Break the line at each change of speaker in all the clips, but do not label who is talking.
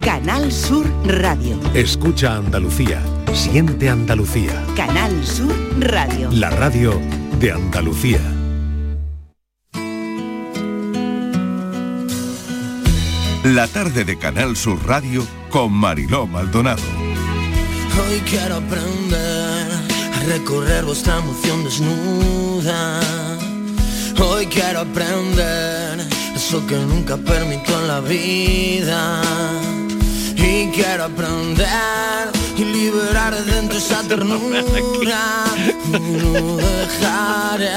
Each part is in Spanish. Canal Sur Radio.
Escucha Andalucía. Siente Andalucía.
Canal Sur Radio.
La radio de Andalucía.
La tarde de Canal Sur Radio con Mariló Maldonado.
Hoy quiero aprender a recorrer vuestra emoción desnuda. Hoy quiero aprender eso que nunca permito en la vida. Y quiero aprender y liberar de dentro esa ternura. No dejaré,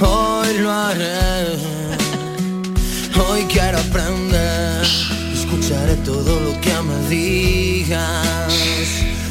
hoy lo haré. Hoy quiero aprender, escucharé todo lo que me digas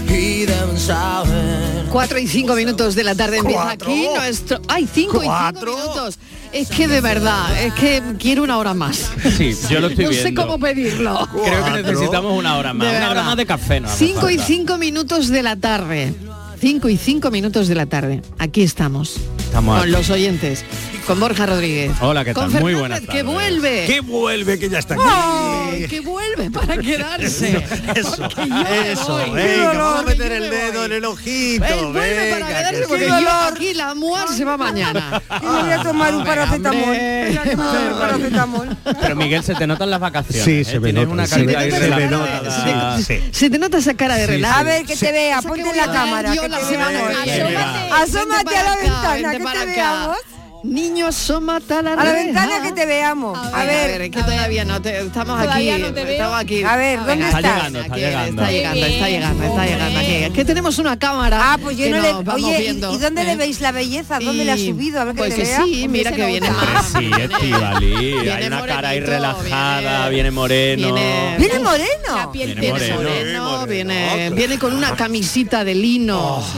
y deben saber.
4 y 5 minutos de la tarde empieza aquí nuestro... ¡Ay, 5 y 5 minutos! Es que de verdad, es que quiero una hora más.
Sí, yo lo estoy
no sé
viendo.
cómo pedirlo.
Creo que necesitamos una hora más.
De
Una hora
verdad.
más de café, ¿no? hace
5 y
falta.
5 minutos de la tarde. 5 y 5 minutos de la tarde. Aquí estamos.
Estamos
con
aquí.
los oyentes. Con Borja Rodríguez.
Hola, ¿qué tal?
Con
Muy
Fernández,
buenas
que
tardes.
vuelve. ¡Oh!
Que vuelve, que ya está aquí.
¡Ay, que vuelve para quedarse.
Eso, eso, eh,
voy.
venga,
Yo
vamos a
me
meter
voy.
el dedo en el
Él
ojito,
vuelve
venga,
para
que
quedarse
sí.
porque yo aquí la muar se va mañana.
Y me voy a tomar un
Hombre,
paracetamol.
hombre.
Voy a tomar un paracetamol.
Pero Miguel, se te notan las vacaciones.
Sí,
¿eh?
se me
Tienes
nota,
una
se me
carita ahí
nota, se me
relajada.
nota, sí, sí.
Se te nota esa cara de relajo.
A ver, que te vea, ponte en la cámara.
Yo
que
la
te
semana
vea.
que
Asómate,
viene.
asómate
Vente
a la
para acá,
ventana,
vente
que
para
te
acá.
veamos.
Niño, asómate a la,
A la
reja.
ventana que te veamos.
A ver, es que todavía no te, estamos
Todavía
aquí,
no te veo.
estamos aquí.
A ver, ¿dónde
Venga,
Está estás?
llegando, Ah, está
aquí,
llegando.
Está llegando, está
Muy bien,
llegando, está
hombre.
llegando aquí. Es que tenemos una cámara.
Ah, pues yo
que
no
nos
le...
vamos
Oye, ¿y-
viendo,
¿y dónde
¿eh?
le veis la belleza? ¿Dónde le ha
Y-
subido? A ver que
pues
le vea.
sí, mira que
Hubiese
viene
gustado.
más.
Ah, Sí, eh, Estivali. Hay una cara ahí
morenito,
relajada, viene moreno.
viene-
¡Viene
La
moreno!
piel
Viene
Viene
moreno.
moreno, viene, viene con una camisita de lino.
sí,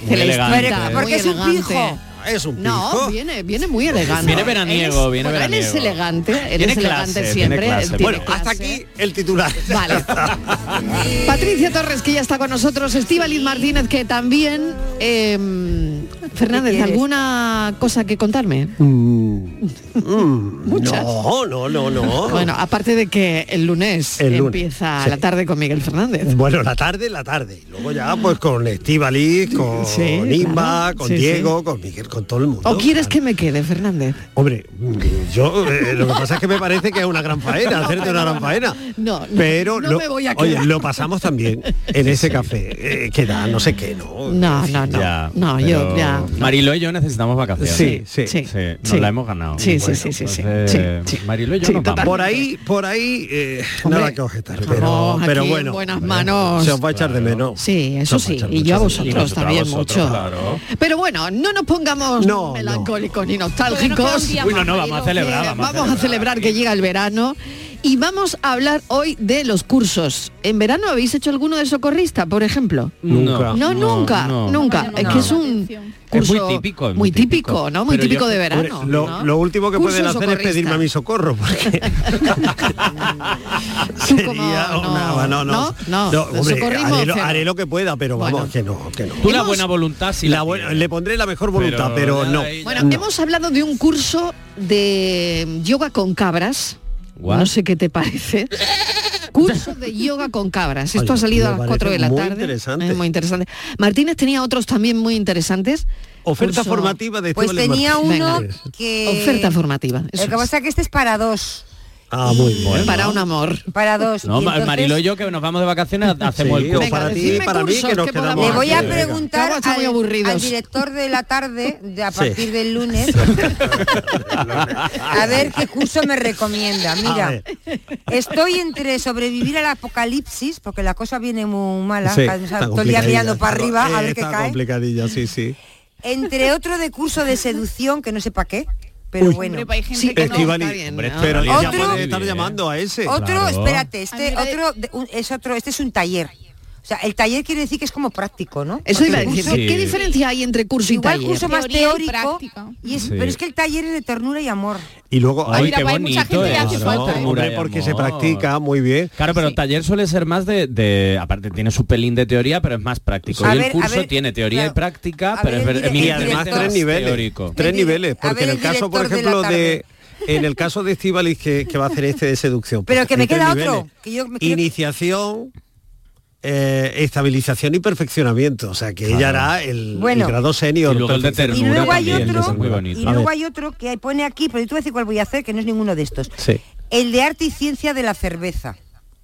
muy
Que le
elegante.
estira,
Pero
muy
porque es un
elegante.
pijo.
¿eh? Es un
No,
pijo.
viene, viene muy elegante.
Viene veraniego,
Él es-
viene
bueno, Él es
veraniego.
elegante, él
Tiene
es elegante
clase,
siempre.
tiene clase.
él tiene
Bueno, hasta
clase.
aquí el titular.
Vale. Patricia Torres, que ya está con nosotros, Estíbaliz Martínez, que también... eh, Fernández,
quieres?
¿alguna cosa que contarme? Muchas.
Mm. No, no, no, no.
Bueno, aparte de que el lunes,
El lunes,
empieza
sí.
la tarde con Miguel Fernández.
Bueno, la tarde, la tarde. Y Luego ya pues con Estivaliz, con
Sí,
Isma,
claro.
con
Sí, sí.
Diego, con Miguel, con todo el mundo.
¿O quieres que
Claro.
me quede, Fernández?
Hombre, mm, yo eh, lo que pasa es que me parece que es una gran faena, hacerte una gran faena.
No, no,
pero
no
lo,
me voy a
oye,
quedar.
lo pasamos también en ese café, eh, que da no sé qué, ¿no?
No, no, no.
Ya,
no, yo
pero
ya.
Marilo y yo necesitamos vacaciones.
Sí, sí.
Sí.
Sí, nos
Sí.
la hemos ganado.
Sí, sí,
Bueno,
sí,
pues,
sí, sí.
eh,
entonces,
Sí, sí.
Marilo y yo
Sí,
nos vamos.
Por ahí, por ahí, eh,
Hombre,
nada que objetar.
estamos
Pero,
aquí
pero
en
bueno,
buenas manos.
se os va a echar de menos.
Sí, eso
Se
sí,
os va a echar
y yo a
mucho de
vosotros
menos.
Y nosotros a
también
vosotros,
mucho.
claro.
Pero bueno, no nos pongamos
No, no.
melancólicos ni
Bueno,
nostálgicos.
queda un
Uy, no, no, vamos a celebrar.
Eh,
Vamos,
a celebrar que llega el verano y vamos a hablar hoy de los cursos. ¿En verano habéis hecho alguno de socorrista, por ejemplo?
Nunca.
No, nunca,
no.
nunca.
No me ha
es
llamado
que es
la
un
atención.
curso
Es muy típico, es
muy
muy
típico,
típico.
¿no? Muy
Pero yo-
típico de
Hombre,
verano.
lo,
¿no?
lo último que
Curso
pueden hacer es
socorrista.
pedirme a mi socorro, porque
Tú
sería
como-
una... No, no,
no, no, de
hombre,
socorrismo
haré, lo,
cero.
haré lo que pueda, pero vamos,
Bueno.
que no, que no.
Tú la buena voluntad sí
La
la
buena-
tienes.
le pondré la mejor voluntad, pero,
nada,
no.
ahí ya-
Bueno,
No.
hemos hablado de un curso de yoga con cabras.
What?
No sé qué te parece. Curso de yoga con cabras. Esto
Oye,
ha salido a
me
las 4 de la
parece muy
tarde.
interesante.
Es muy interesante. Martínez tenía otros también muy interesantes.
Oferta
Curso-
formativa de
Pues
Estíbaliz
tenía
Martínez.
uno
Venga.
que...
Oferta formativa. eso
Lo que
es.
pasa es que este es para dos.
Ah, muy bueno.
Para un amor.
Para dos.
No,
Y
Ma-
entonces
Marilo y yo que nos vamos de vacaciones hacemos
Sí,
el
o
curso.
Venga,
para ti,
decidme
para mí,
cursos
que nos
que
quedamos.
podamos
Le voy a
aquí, venga.
preguntar
Estamos muy
al,
aburridos.
al director de la tarde, de a
Sí.
partir del lunes, a ver qué curso me recomienda.
A
Mira,
ver.
estoy entre sobrevivir al apocalipsis, porque la cosa viene muy mala,
Sí,
o sea,
está
todo el día
complicadilla.
mirando para arriba a ver qué
Está
cae.
complicadilla, sí, sí.
Entre otro de curso de seducción, que no sé para qué, pero bueno.
Pero hay gente
Sí,
que no.
Estivali-
Estivali-
bien,
Hombre,
¿no?
pero
Otro-
ya puede estar
Bien.
¿eh?
llamando a ese.
Otro,
Claro.
espérate,
Ah,
este
mira,
otro de- un- es otro, este es un taller. O sea, el taller quiere decir que es como práctico, ¿no?
Eso iba a
Porque
decir.
curso-
¿Qué, qué diferencia hay entre curso y
Igual
taller?
curso más
Teoría y
teórico,
práctica.
y es-
Sí.
pero es que el taller es de ternura y amor.
Y luego,
Ay,
ay,
Mira,
qué
pues hay mucha
bonito
gente que hace
eso,
falta, ¿eh?
ternura y
hombre, porque se
amor.
practica muy bien.
Claro, pero el taller suele ser más de, de- aparte tiene su pelín de teoría, pero es más práctico.
A
y
ver,
el
a
curso
ver,
tiene teoría
claro.
y práctica,
A
pero
ver,
es ver-
el
Y
director-
eminentemente
además
director-
tres
más
niveles.
teórico.
Tres
El dire-
niveles,
a
porque
ver,
en
el
el caso, por
director de la
ejemplo, de,
tarde.
en el caso de Estivalis que, que va a hacer este de seducción.
Pero
pues,
que me
en tres
queda otro, que yo me quiero-
Iniciación, eh, estabilización y perfeccionamiento. O sea que ella hará el,
Bueno.
el grado senior.
Y luego el de
perfección.
Y
Ternura
luego hay
también, que
otro,
es muy
y
bonito.
A
luego
ver.
hay otro que ahí pone aquí, pero yo te voy a decir cuál voy a hacer, que no es ninguno de estos.
Sí.
El de arte y ciencia de la cerveza.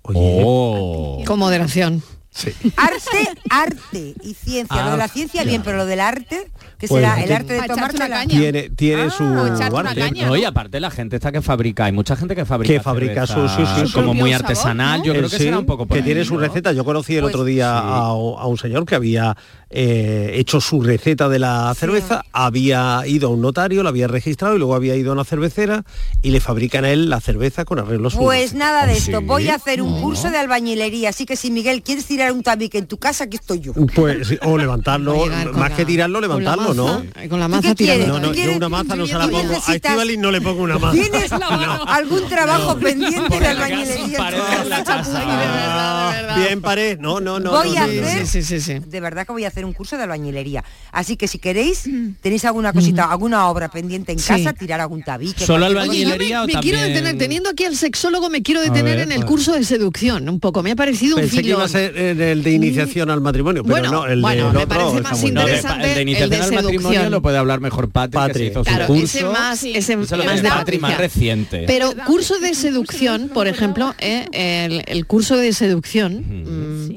Oye,
Oh.
Con moderación.
sí.
Arte, arte y ciencia. lo de la
Ah,
ciencia bien, pero lo del arte, que
Pues,
será el
ten-
arte de
Pa' echarte
tomarte
una
la
caña.
Tiene, tiene
Ah,
su
echarte una
arte.
caña.
No, y aparte la gente está que fabrica, hay mucha gente que fabrica
Que fabrica su-
cerveza
su- su- su
como
propio
muy
sabor,
artesanal,
¿no?
yo creo
Eh,
que
sí,
será un poco por
que
ahí,
tiene su
¿no?
receta. Yo conocí el
Pues
otro día
sí.
a, un- a un señor que había eh, hecho su receta de la cerveza, había ido a un notario, la había registrado y luego había ido a una cervecera y le fabrican a él la cerveza con arreglos.
Pues nada de esto, voy a hacer un curso de albañilería, así que si Miguel quieres tirar un tabique en tu casa, aquí estoy yo.
Pues sí, o levantarlo,
Va a llegar con
más
la-
que tirarlo,
con la
levantarlo, ¿no?
maza, eh, Con la
¿Tú
maza
qué
tirando.
quieres?
No, no,
¿Tú
yo una maza no se la
tú
pongo. A
necesitas-
Estivali no le pongo una maza.
¿Tienes algún trabajo pendiente de
paredes en la
albañilería?
casa.
Ah, de verdad.
Bien, paré. No, no, no.
Voy
no,
a
no, no.
hacer-
Sí, sí, sí, sí.
De verdad que voy a hacer un curso de albañilería. Así que si queréis, tenéis alguna cosita, alguna obra pendiente en
Mm. Sí.
casa, tirar algún tabique.
Solo
cualquier
Oye, yo me,
¿Albañilería o
me quiero
también?
detener, teniendo aquí al sexólogo, me quiero detener
ver,
en el
pues.
curso de seducción, un poco. Me ha parecido un
Pensé que iba a
filón.
ser el el de iniciación al matrimonio, pero
Bueno,
no, el
bueno,
de
me parece más
No, de-
interesante.
el de iniciación
el de
al matrimonio
seducción.
lo puede hablar mejor Patrick, que
Patrick.
se hizo
Claro,
su curso.
ese más, ese
Eso lo
más
tiene
de
Patrick más
Patricia.
reciente.
Pero curso de seducción, por ejemplo, eh, el, el curso de seducción, mm,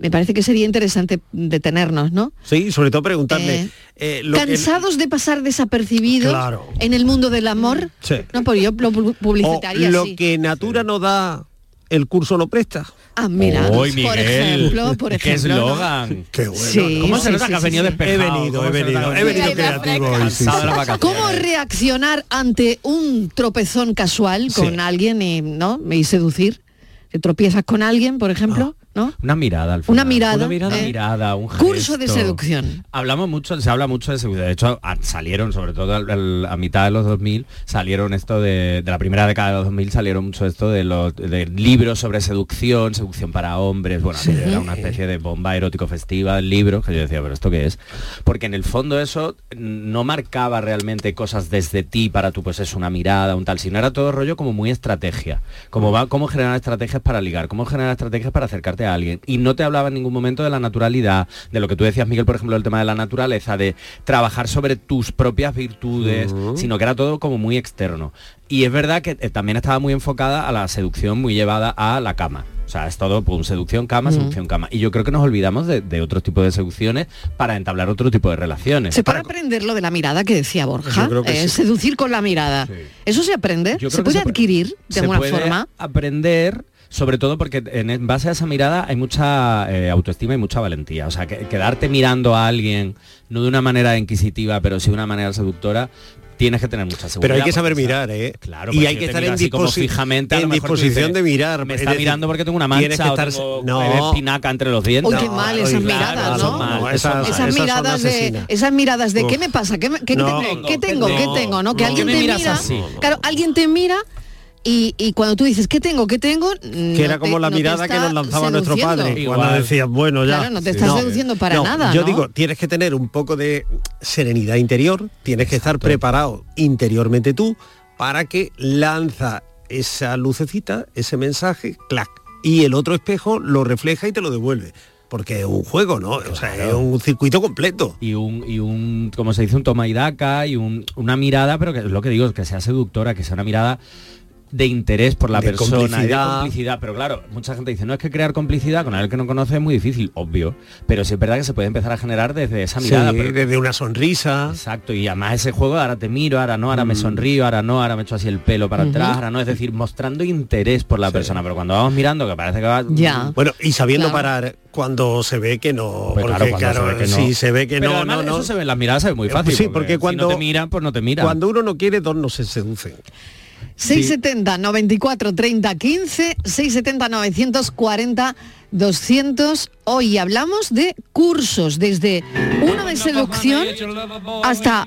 me parece que sería interesante detenernos, ¿no?
Sí, sobre todo preguntarle.
Eh,
eh, lo que-
Cansados de pasar desapercibidos
Claro.
en el mundo del amor,
Sí.
no, porque yo lo pu-
o
publicitaría
lo
así.
que natura no da, el curso lo presta.
Ah, mira,
Uy,
por
Miguel,
ejemplo, por
qué
ejemplo, ¿no?
eslogan.
Qué
Sí,
¿Cómo
sí,
se nota
sí,
que has
sí,
venido
sí.
He
despejado?
venido, he
¿Cómo se nota
venido,
que
he venido
has
creativo hoy, sí.
cansado de las vacaciones?
¿Cómo reaccionar ante un tropezón casual con
Sí.
alguien y no y seducir? Te tropiezas con alguien, por ejemplo,
Ah.
¿no?
Una mirada al final.
Una mirada,
Una mirada,
¿eh?
mirada, un
Curso
gesto.
de seducción.
Hablamos mucho, se habla mucho de seguridad. De hecho, a- salieron, sobre todo al- al- a mitad de los 2000, salieron esto de, de la primera década de los 2000, salieron mucho esto de los de libros sobre seducción, seducción para hombres. Bueno, aquello era una especie de bomba erótico festiva, libros, que yo decía, pero ¿esto qué es? Porque en el fondo eso no marcaba realmente cosas desde ti para tú, pues es una mirada, un tal, sino era todo rollo como muy estrategia. Como va, cómo generar estrategias para ligar, cómo generar estrategias para acercarte a alguien. Y no te hablaba en ningún momento de la naturalidad, de lo que tú decías, Miguel, por ejemplo, el tema de la naturaleza, de trabajar sobre tus propias virtudes, sino que era todo como muy externo. Y es verdad que eh, también estaba muy enfocada a la seducción muy llevada a la cama. O sea, es todo, pum, seducción, cama, seducción, cama. Y yo creo que nos olvidamos de, de otro tipo de seducciones para entablar otro tipo de relaciones.
Se puede aprender lo de la mirada que decía Borja,
Yo creo que
eh,
sí.
seducir con la mirada. ¿Eso se aprende?
Yo creo
¿Se
que
puede
puede-
adquirir de
se
alguna
puede
forma?
Aprender, sobre todo porque en en base a esa mirada hay mucha eh, autoestima y mucha valentía. O sea, que- quedarte mirando a alguien, no de una manera inquisitiva, pero sí de una manera seductora, tienes que tener mucha seguridad.
Pero hay que saber
porque, o sea,
mirar, ¿eh?
Pues Claro,
y
porque
hay
yo
que
te
estar
miro
en,
así como
disposi-
fijamente, a lo
en
mejor tú
disposición
dices,
de mirar.
Me
Es
está
decir,
mirando porque tengo una mancha
tienes que estar-
o tengo
no,
espinaca entre los dientes.
Uy, qué mal
Ay,
esas
claro,
miradas,
eso
¿no?
mal,
No,
eso
esas-
mal.
Esas
son
miradas de
asesinas.
esas miradas de
Uf.
qué me pasa, qué, me- qué
No,
tengo,
no,
qué tengo,
no,
qué tengo, ¿no? Que
no.
alguien
¿Por
te
qué
mira,
me miras así?
claro, alguien te mira y, y cuando tú dices qué tengo, qué tengo,
que era como la mirada que nos lanzaba nuestro padre
Igual.
cuando decías bueno ya
Claro, no te estás seduciendo para nada,
yo
¿no?
digo tienes que tener un poco de serenidad interior tienes que estar preparado interiormente tú para que lanza esa lucecita ese mensaje clac y el otro espejo lo refleja y te lo devuelve porque es un juego no o sea es un circuito completo
y un, y un como se dice, un toma y daca y un- una mirada, pero que es lo que digo, que sea seductora, que sea una mirada de interés por la
De
persona,
complicidad.
de complicidad, pero claro, mucha gente dice, no es que crear complicidad con alguien que no conoce es muy difícil, obvio, pero sí es verdad que se puede empezar a generar desde esa mirada,
Sí,
pero-
desde una sonrisa Mm.
Exacto, y además ese juego, ahora te miro, ahora no, ahora me sonrío, ahora no, ahora me echo así el pelo para atrás, ahora no, es decir, mostrando interés por la persona, pero cuando vamos mirando, que parece que va...
Ya.
bueno, y sabiendo
Claro.
parar cuando se ve que no,
Pues
porque
claro, cuando
claro,
se ve que no.
si se ve que
Pero
no,
además
no, no.
Eso se ve, en las miradas se ve muy
Eh,
fácil.
sí, porque cuando-
si no te miran, pues no te miran.
Cuando uno no quiere, dos no se seducen.
670 94 30 15 670 940 200 hoy hablamos de cursos desde uno de seducción hasta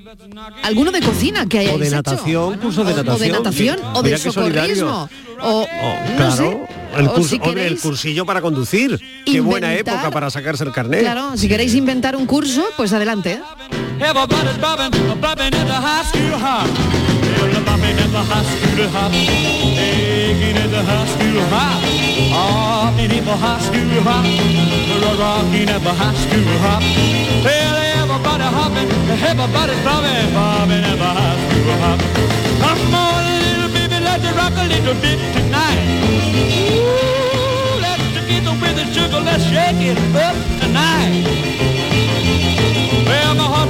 alguno de cocina que hayáis
O de
hecho.
natación, cursos de
o de
natación.
natación o
Mira
de
qué solidario.
socorrismo o
Oh,
no
claro,
sé,
el,
o
curso-
si
o el
queréis-
cursillo para conducir. Qué buena
inventar-
época para sacarse el carnet.
Claro, si queréis inventar un curso, pues adelante.
Everybody's bobbing, bobbing in the high school hop. Well, the mommy Taking at the hospital hop. Taking at the hospital hop. Hopping at the hospital hop. Rocking at the hospital hop. Well, everybody hopping. Everybody's bobbing. Bobbing at the hospital hop. Come on, little baby, let's rock a little bit tonight. Ooh, let's together with the sugar, let's shake it up tonight. Well, my heart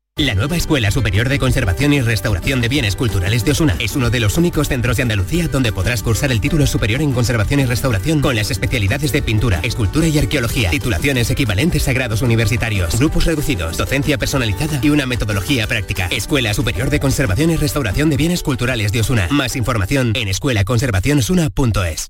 La nueva Escuela Superior de Conservación y Restauración de Bienes Culturales de Osuna es uno de los únicos centros de Andalucía donde podrás cursar el título superior en conservación y restauración con las especialidades de pintura, escultura y arqueología, titulaciones equivalentes a grados universitarios, grupos reducidos, docencia personalizada y una metodología práctica. Escuela Superior de Conservación y Restauración de Bienes Culturales de Osuna. Más información en escuelaconservacionosuna.es.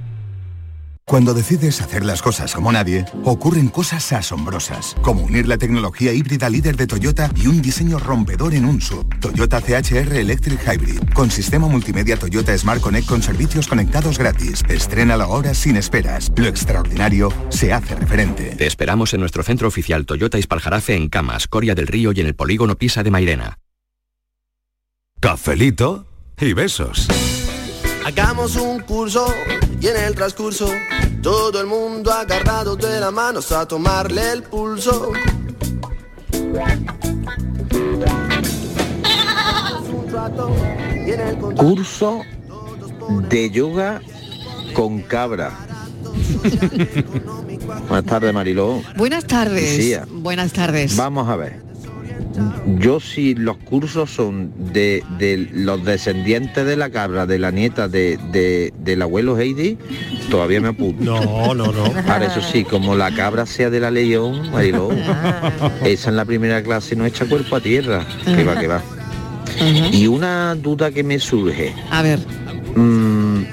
Cuando decides hacer las cosas como nadie, ocurren cosas asombrosas, como unir la tecnología híbrida líder de Toyota y un diseño rompedor en un sub. Toyota CHR Electric Hybrid, con sistema multimedia Toyota Smart Connect con servicios conectados gratis. Estrena la hora sin esperas. Lo extraordinario se hace referente.
Te esperamos en nuestro centro oficial Toyota Ispaljarafe en Camas, Coria del Río y en el polígono Pisa de Mairena.
Cafelito y besos.
Hagamos un curso y en el transcurso todo el mundo agarrado de la mano a tomarle el pulso.
Curso de yoga con cabra. Buenas tardes, Mariló.
¿eh? Buenas tardes.
Lucía.
Buenas tardes.
Vamos a ver. Yo si los cursos son de, de los descendientes de la cabra, de la nieta de, de- del abuelo Heidi, todavía me apunto.
No, no, no.
Ahora eso sí, como la cabra sea de la león, Mariló,
Ah.
esa en la primera clase no echa cuerpo a tierra. Que va, que va. Y una duda que me surge.
A ver.
Mm,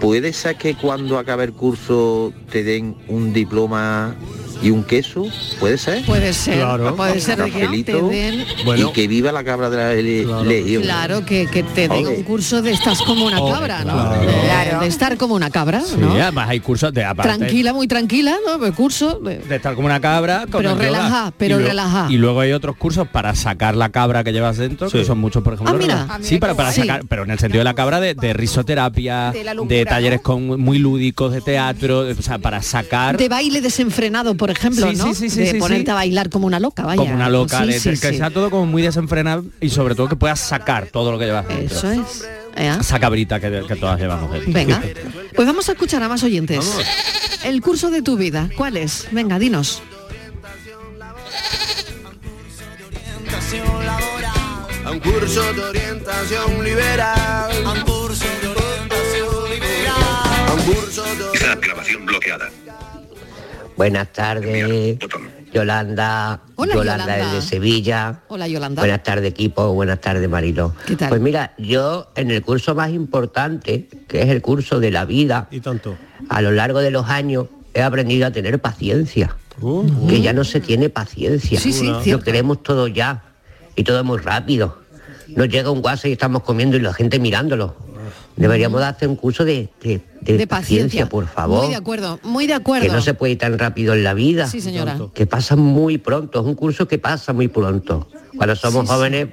¿Puede ser que cuando acabe el curso te den un diploma y un queso? ¿Puede ser?
Puede ser, puede ser que te
Cafelito
den,
y que viva la cabra de la le- legión.
pues,
claro, que, que te den un curso de estás como una cabra, ¿no? De- De estar como una cabra, ¿no?
Sí, además hay cursos de aparte
Tranquila, muy tranquila, ¿no? El curso. de-
de estar como una cabra con
Pero
el yoga.
relaja, pero
Y luego-
relaja.
y luego hay otros cursos para sacar la cabra que llevas dentro que son muchos por ejemplo
Ah, mira.
relaja-
Ah, mira
sí
qué
para, para
guay.
sacar pero en el sentido de la cabra de, de risoterapia
De
de,
la locura,
talleres con muy lúdicos de teatro de- o sea para sacar
De baile desenfrenado, por ejemplo,
Sí,
¿no?
sí, sí, sí,
de
sí,
ponerte
sí.
a bailar como una loca, vaya.
como una loca
Sí,
de-
sí,
de- que
sí.
sea todo como muy desenfrenado y sobre todo que puedas sacar todo lo que llevas dentro.
Eso es. ¿eh?
esa cabrita que, que todas llevamos dentro.
Venga. Pues vamos a escuchar a más oyentes. El curso de tu vida, ¿cuál es? Venga, dinos.
A un curso de orientación liberal. A un curso de orientación liberal.
Grabación bloqueada.
Buenas tardes, Yolanda,
Hola,
Yolanda
Yolanda.
desde Sevilla.
Hola, Yolanda.
Buenas tardes equipo, buenas tardes Marilo.
¿Qué tal?
Pues mira, yo en el curso más importante, que es el curso de la vida,
Y tanto.
a lo largo de los años he aprendido a tener paciencia.
Uh.
que ya no se tiene paciencia.
Sí, sí,
lo
cierto.
queremos todo ya y todo muy rápido. Nos llega un WhatsApp y estamos comiendo y la gente mirándolo.
Ah.
Deberíamos de hacer un curso de, de- de
De paciencia.
paciencia, por favor.
Muy de acuerdo, muy de acuerdo.
Que no se puede ir tan rápido en la vida.
Sí, señora. Tanto.
Que pasa muy pronto, es un curso que pasa muy pronto. Cuando somos
Sí, sí.
jóvenes,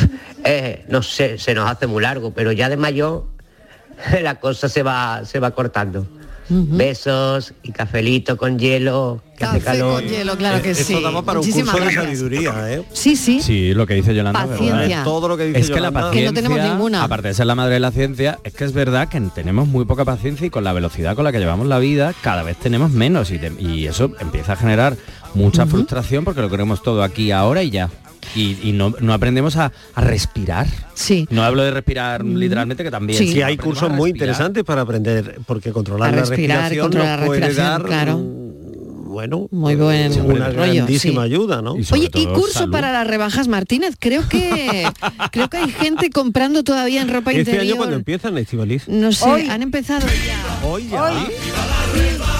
eh, no sé, se nos hace muy largo, pero ya de mayor la cosa se va, se va cortando.
Mm-hmm.
Besos y cafelito con hielo, que hace
Café
calor.
con hielo, claro que sí. Muchísimas gracias.
sabiduría, ¿eh?
Sí, sí.
Sí, lo que dice Yolanda. es verdad.
Paciencia. Todo lo que dice
es que la
Yolanda- Que
paciencia,
no tenemos ninguna.
aparte de ser la madre de la ciencia, es que es verdad que tenemos muy poca paciencia y con la velocidad con la que llevamos la vida, cada vez tenemos menos y, te- y eso empieza a generar mucha frustración porque lo queremos todo aquí, ahora y ya. Y, y no, no aprendemos a, a respirar.
Sí.
No hablo de respirar literalmente, que también.
Sí,
sino
hay
aprendemos
cursos
a
muy
respirar.
interesantes para aprender, porque controlar
A
la
respirar,
respiración
controlar
nos
la
puede
respiración,
dar,
claro.
mm, bueno, pues,
Muy buen
una
rollo,
grandísima
sí.
ayuda, ¿no?
Oye, y curso para las rebajas, Martínez. Creo que creo que hay gente comprando todavía en ropa
Este
interior.
año cuando empiezan, Estivaliz.
No sé, han empezado ya.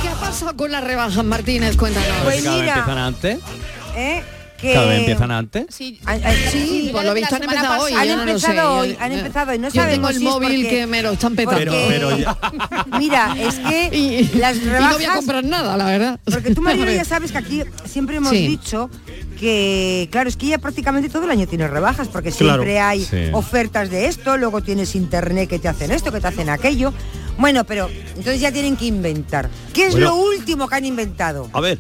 ¿Qué ha pasado con las rebajas, Martínez? Cuéntanos.
Pues cada vez empiezan antes.
¿Eh?
Cada vez empiezan antes.
Sí, sí,
por lo visto han empezado hoy,
Han
yo no lo
empezado
sé,
hoy,
yo-
han empezado hoy. No
yo tengo
sabemos
el
si es
móvil
porque-
que me lo están petando.
porque- Mira, es que las
y no voy a
rebajas...
comprar nada, la verdad.
Porque tú,
A
Marino,
ver.
ya sabes que aquí siempre hemos
Sí.
dicho que, claro, es que ya prácticamente todo el año tienes rebajas, porque siempre
Claro,
hay
sí.
ofertas de esto, luego tienes internet que te hacen esto, que te hacen aquello. Bueno, pero entonces ya tienen que inventar. ¿Qué es
Bueno.
lo último que han inventado?
A ver,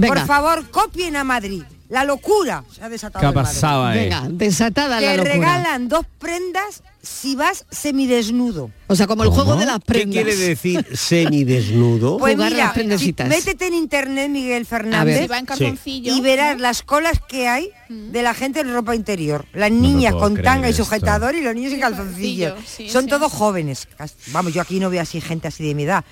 Por favor, copien a Madrid. La locura se ha desatado.
¿Qué ha
en Madrid.
pasado ahí? Venga,
desatada
Te
la locura.
regalan dos prendas si vas semidesnudo.
O sea, como
el juego ¿Cómo? de las ¿Qué quiere decir semidesnudo?
Pues mira, métete en internet, Miguel Fernández,
Si va en cartoncillo,
y verás las colas que hay
Mm.
de la gente en ropa interior. Las
lo
niñas
puedo
con
creer
tanga y
esto.
sujetador y los niños en calzoncillos.
calzoncillo, sí,
Son
sí.
todos jóvenes. Cas- Vamos, yo aquí no veo así gente así de mi edad.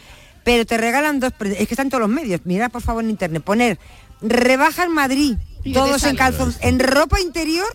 Pero te regalan dos... prendas. Es que están todos los medios. Mira, por favor, en internet. Poner rebaja en Madrid,
Y que te
todos
sale.
en calzon, en ropa interior,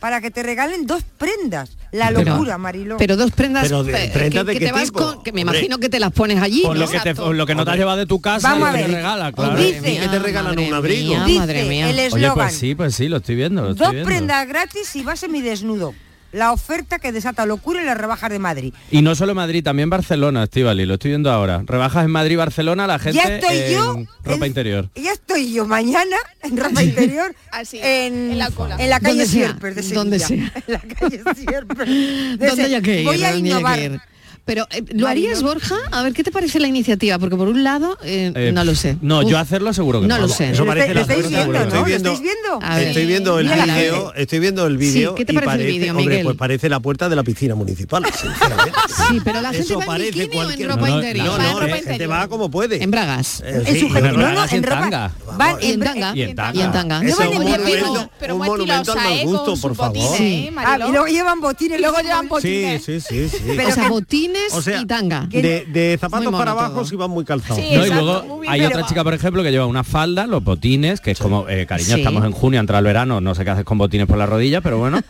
para que te regalen dos prendas. La
Pero-
locura, Mariló.
Pero dos prendas,
Pero de-
eh,
¿prendas
que,
de
que
qué
te vas
tipo?
con, que me
Hombre.
imagino que te las pones allí.
Por
¿no?
lo que, te- por lo que no te has llevado de tu casa,
Vamos
lo que
a
te
ver.
regala, claro.
Dice- ¿Qué te
regalan?
Un abrigo.
madre
Dice
mía.
el
Oye,
eslogan,
pues sí, pues sí, lo estoy viendo. lo estoy
dos
viendo.
prendas gratis si vas semidesnudo. La oferta que desata locura en las rebajas de Madrid.
Y no solo Madrid, también Barcelona, Estivali, lo estoy viendo ahora. Rebajas en Madrid, Barcelona, la gente
estoy
en
yo
ropa interior.
Y ya estoy yo mañana en ropa interior en, en la calle
Donde sea,
Sierpes de Sevilla.
donde sea.
En la calle Sierpes. de
¿Dónde
Se-
haya que ir?
Voy a
¿Dónde haya que
innovar.
ir? Pero, eh, ¿lo harías, Borja? A ver, ¿qué te parece la iniciativa? Porque por un lado, eh,
Eh,
no lo sé.
No,
Uf,
yo hacerlo seguro que
No
no.
lo sé. Eso
Lo parece estáis- la lo estáis puerta, viendo,
seguro que
¿no?
no.
Lo
¿Estáis viendo?
A ver.
Estoy viendo el
Mira la
vídeo,
gente.
estoy viendo el
Sí,
vídeo
¿qué te
y
parece el
parece,
vídeo,
hombre,
Miguel?
pues parece la puerta de la piscina municipal. sinceramente.
Sí, pero la gente
Eso
va en
parece
bikini o en
cualquier-
ropa
No, no,
interior.
no,
Va en
no,
ropa
la gente
interior.
va como puede.
En bragas.
Eh, sí,
sujeta-
en
no, no,
bragas,
en
ropa-
tanga.
Van
Y en
bra-
tanga.
Y en tanga.
Y en tanga.
Ese es un
Pero buen
monumento,
pero
un
buen
monumento al
tilosa,
mal
¿eh?
gusto,
Con
por
sus
favor.
botines, ¿eh, Ah, y luego llevan botines. Luego llevan
Sí, sí, sí, sí.
o sea, botines
O sea,
y tanga.
De, de zapatos
Muy mono
para abajo
todo.
si van muy calzados.
Sí,
No, y luego hay otra chica, por ejemplo, que lleva una falda, los botines, que es como, eh, cariño,
Sí.
estamos en junio, entra el verano, no sé qué haces con botines por la rodilla, pero bueno,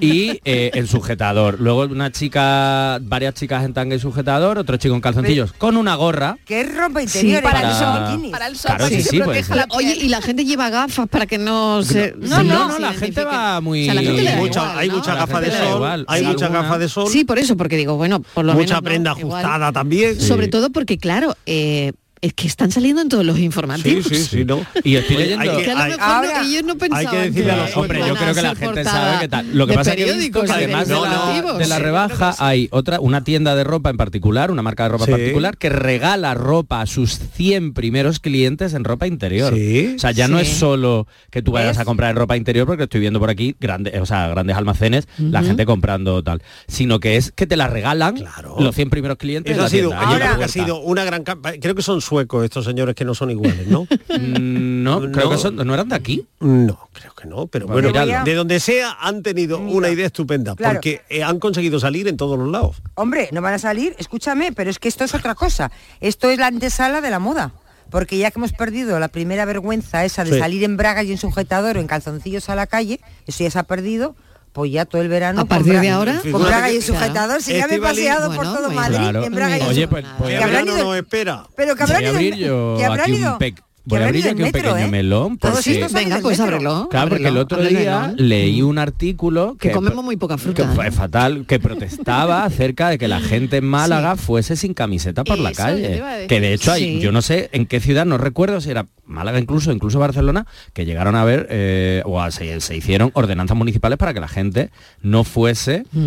y eh, el sujetador. Luego una chica, varias chicas en tanga y sujetador, otro chico en calzoncillos, con una gorra.
Que es ropa interior.
para
¿eh?
el
Son
sol.
bikinis.
Para el sol, Claro, para sí, que se sí, puede proteja ser. la
Oye, y la gente lleva gafas para que no se...
No, no, la
se
gente
identifiquen.
va muy...
O sea, la gente le da
Mucha-
igual,
hay
¿no?
mucha gafa de
gente le da
sol,
igual.
hay
Sí.
mucha gafa de sol,
Sí, por eso, porque digo, bueno, por lo
mucha
menos... ¿no?
prenda
Igual.
ajustada también.
Sobre todo porque, claro, eh, es que están saliendo en todos los
Sí,
informativos.
sí, sí, no.
Y estoy
Oye,
leyendo-
hay
Que a lo
hay-
mejor no- ellos no pensaban
que decirle a los
que
Hombre, yo
iban a
creo que la
ser
gente
portada
sabe que tal. Lo que
de
pasa es que he visto
periódicos
que
y de
además de la,
informativos.
de la rebaja hay otra, una tienda de ropa en particular, una marca de ropa
pues Sí.
particular, que regala ropa a sus 100 primeros clientes en ropa interior. O sea, ya no
Sí.
es solo que tú vayas a comprar en ropa interior, porque estoy viendo por aquí grandes, o sea, grandes almacenes, la
Ujú.
gente comprando tal, sino que es que te la regalan los 100 primeros clientes.
Eso
en
ha
la
sido,
tienda,
yo
ahí en la
creo que ha
puerta.
sido una gran campaña, creo que son suecos, estos señores que no son iguales, ¿no?
Mm,
No, creo que son, no eran de aquí.
No, creo que no, pero
Bueno,
bueno,
míralo.
de donde sea han tenido una idea estupenda,
Claro.
porque eh, han conseguido salir en todos los lados.
Hombre, no van a salir, escúchame, pero es que esto es otra cosa. Esto es la antesala de la moda. Porque ya que hemos perdido la primera vergüenza esa de
Sí.
salir en bragas y en sujetador o en calzoncillos a la calle, eso ya se ha perdido, pues ya todo el verano...
A
con
partir
bra-
de ahora,
Con
figúrate
bragas y
que-
en sujetador, si ya me he
Estivali-
paseado por
Bueno,
todo
pues,
Madrid
Claro.
en bragas y en
Oye,
sujetador.
pues voy
Ah, Que
a
habrán
abrir,
ido-
espera.
Pero que
voy
habrán
a abrir
ido- que
yo
habrán
aquí
ido-
un, pe-
que
voy a
habrán
abrir yo
ido
aquí un
en metro,
pequeño
¿eh?
melón.
Todos
porque-
estos salen
Venga,
del
pues
metro.
ábrelo.
Claro, porque el
ábrelo,
otro
ábrelo,
día
¿no?
leí un artículo
Mm.
que,
Que comemos muy poca
que
fruta. ¿eh?
fue fatal, que protestaba acerca de que la gente en Málaga fuese sin camiseta por la
Eso, yo te
calle.
iba a decir.
Que de hecho hay,
Sí.
yo no sé en qué ciudad, no recuerdo si era Málaga incluso, incluso Barcelona, que llegaron a ver eh, o a- se, se hicieron ordenanzas municipales para que la gente no fuese
Mm.
eh,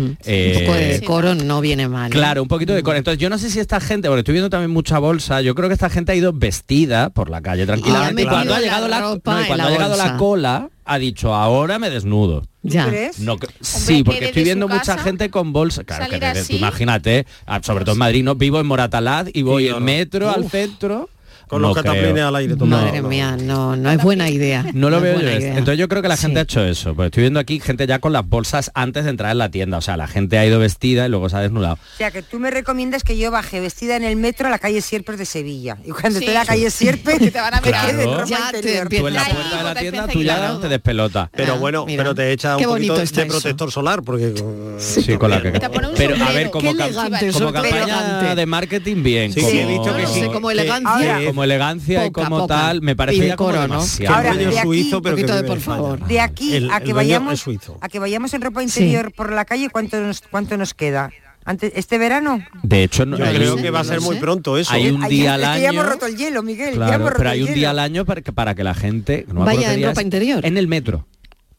Un poco de decoro no viene mal. ¿eh?
Claro, un poquito de cor. Entonces yo no sé si esta gente, bueno, estoy viendo también mucha bolsa, yo creo que esta gente ha ido vestida por la calle tranquilamente. Y
metido
cuando ha
la
llegado la,
ropa
no, y
en
cuando
la
ha llegado
bolsa.
la cola, ha dicho, ahora me desnudo.
Ya. crees?
No, que- sí, porque
desde
estoy
su
viendo mucha
casa
gente con bolsa. Claro, que
salir
desde-
así.
imagínate, ah, sobre todo en Madrid, no vivo en Moratalaz y voy en metro al centro.
Con los cataplines al aire todo.
Madre mía, no, no es buena idea.
No lo
es
veo yo.
buena
esto.
idea.
Entonces yo creo que la gente ha hecho eso. Pues estoy viendo aquí gente ya con las bolsas antes de entrar en la tienda. O sea, la gente ha ido vestida y luego se ha desnudado.
O sea, que tú me recomiendas que yo baje vestida en el metro a la calle Sierpes de Sevilla. Y cuando
Sí.
esté en la calle Sierpes, que te van
a ver Claro. que de ropa
interior.
Tú en la puerta de la tienda, tú ya te despelotas.
Pero bueno, pero te echa
Qué
un poquito
bonito
de
está eso.
protector solar porque
Sí, con la que- Pero a ver, como, cam- como campaña de marketing, bien.
Sí,
como,
sí, he visto que No sé, sí.
como elegancia.
que- como elegancia y
Poca,
como
poca.
tal, me parece
Y
ya como
decoro, ¿no?
demasiado.
Ahora, de aquí,
poquito de por favor.
De aquí
El-
a
el
que
dueño
vayamos
es suizo.
a que vayamos en ropa interior por la calle, ¿cuánto nos, cuánto nos queda? Antes, ¿Este verano?
De hecho, no-
Yo
hay
creo
un-
que va a ser muy pronto eso. ¿eh?
Hay un
Ay,
día
es
al
que
año.
ya hemos roto el hielo, Miguel. ya
Claro,
hemos roto
pero hay
el
un
hielo.
día al año para que, para que la gente no me
Vaya
acuerdo qué
en
día
ropa
es,
interior.
En el metro.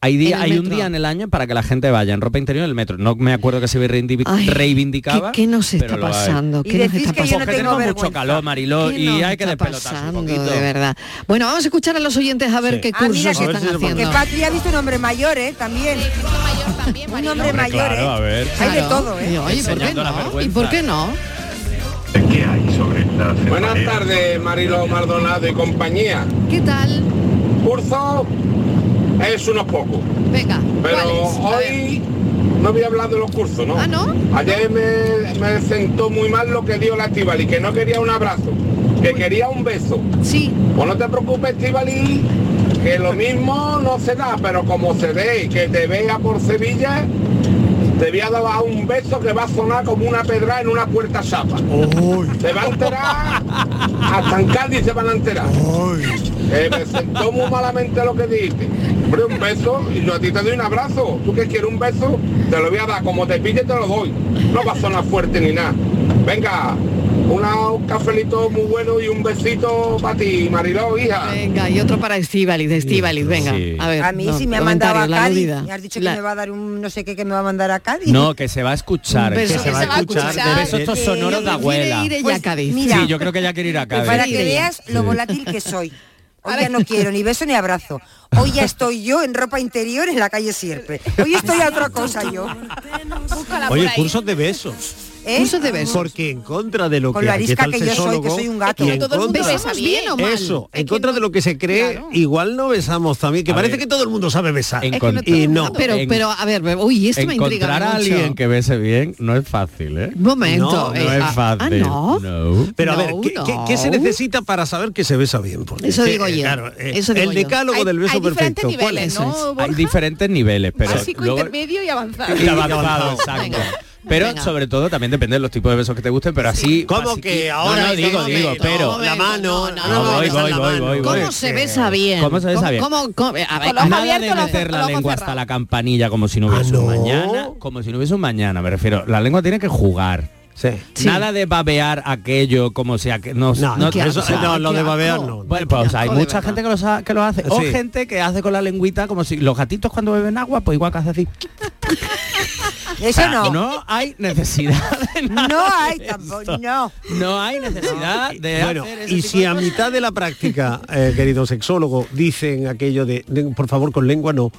Hay día,
En el
hay un
metro.
día en el año para que la gente vaya en ropa interior en el metro. No me acuerdo que se reivindi-
Ay,
reivindicaba.
¿Qué, qué nos está
pero lo hay.
pasando? ¿Qué nos está pasando?
Porque tenemos mucho calor, Mariló,
¿Qué
y
nos
hay que
está
despelotarse un
pasando,
poquito.
de verdad. Bueno, vamos a escuchar a los oyentes a ver qué
Ah, mira,
cursos
que-
están
Que
haciendo.
Patri ha visto un hombre mayor, ¿eh? También. Un hombre
Hombre,
mayor,
claro,
¿eh?
a ver.
Hay de
Claro.
todo, ¿eh?
Y, oye, ¿por qué no? ¿Y por qué no?
Buenas tardes, Marilo Maldonado y compañía.
¿Qué tal?
Curso es unos pocos,
Venga.
pero hoy no voy a hablar de los cursos, ¿no? Ayer me, me sentó muy mal lo que dio la Estivali, que no quería un abrazo, que quería un beso.
Sí.
Pues no te preocupes, Estivali, que lo mismo no se da, pero como se dé y que te vea por Sevilla, te voy a dar un beso que va a sonar como una pedra en una puerta chapa. Se va a enterar, hasta en Cádiz se van a enterar. Eh, me sentó muy malamente lo que dijiste. Hombre, un beso y yo a ti te doy un abrazo. Tú que quieres un beso, te lo voy a dar. Como te pille, te lo doy. No va a sonar fuerte ni nada. Venga, una- un cafelito muy bueno y un besito para ti, Mariló, hija.
Venga, y otro para Estíbaliz, de Estíbaliz, venga. A ver.
A mí
no,
sí me ha
comentario,
mandado a
la
Cádiz.
aludida.
Me has dicho
La-
que me va a dar un no sé qué que me va a mandar a Cádiz.
No, que se va a escuchar.
Un beso que se va a escuchar.
Besos estos
Que
sonoros de
ella prefiere
abuela.
ir ella
Pues
a Cádiz.
Sí, yo creo que ya quiere ir a Cádiz.
Para que veas lo
Sí.
volátil que soy. Hoy ya no quiero ni beso ni abrazo. Hoy ya estoy yo en ropa interior en la calle Sierpe. Hoy estoy a otra cosa yo.
Oye, cursos de besos.
¿Eh? Cursos
Ah,
de besos.
Porque en contra de lo
Con
que
lo
aquí
arisca
está el
que yo soy, que
sexólogo
soy un gato.
y
Pero
en
todo el mundo
contra-
besa bien o mal.
Eso, en contra de lo que se cree, igual no besamos también, que parece que todo el mundo sabe besar.
Es que no todo
y
el
no.
mundo. Pero- pero,
A ver, uy, esto me intriga
Encontrar a
mucho.
alguien que bese bien no es fácil, ¿eh?
Un momento,
No, no
eh, ah,
es
ah,
fácil.
¿no?
Pero a
No,
ver, ¿qué, qué-
no.
qué se necesita para saber que se besa bien? Porque
Eso
es que,
digo yo,
eh,
eso digo
el
yo.
decálogo
Hay-
del beso
hay diferentes
perfecto. ¿cuál
niveles,
es?
¿no?
Eso es.
Hay diferentes niveles, pero
Básico,
luego-
intermedio y avanzado.
Y avanzado, exacto. Pero sobre todo también depende de los tipos de besos que te gusten, pero así.
¿Cómo
así-
que
no,
ahora?
no,
Dice,
digo,
no,
digo,
no,
pero.
La mano,
No, voy, voy, voy, voy, voy.
¿Cómo se besa bien?
¿Cómo se besa bien?
¿Cómo, cómo- a ver,
Nada de meter la lengua hasta la campanilla como si no hubiese
¿Ah,
un mañana, como si no hubiese un mañana, me refiero. La lengua tiene que jugar.
Sí.
Nada de babear aquello como sea que no,
No,
no,
qué
eso-
asco.
no, lo de
Qué
babear
asco.
no. Bueno, pues, o sea, hay
asco, de
mucha
verdad.
gente que lo, sa- que lo hace o
Sí.
gente que hace con la lengüita como si los gatitos cuando beben agua, pues igual que hace así. O
Eso
sea,
no.
No hay necesidad. de nada
No hay
de
tampoco.
esto.
No.
No hay necesidad de
Bueno,
hacer ese
y
tipo
si
de
a
cosas.
mitad de la práctica, eh, querido sexólogo, dicen aquello de, de, por favor con lengua no.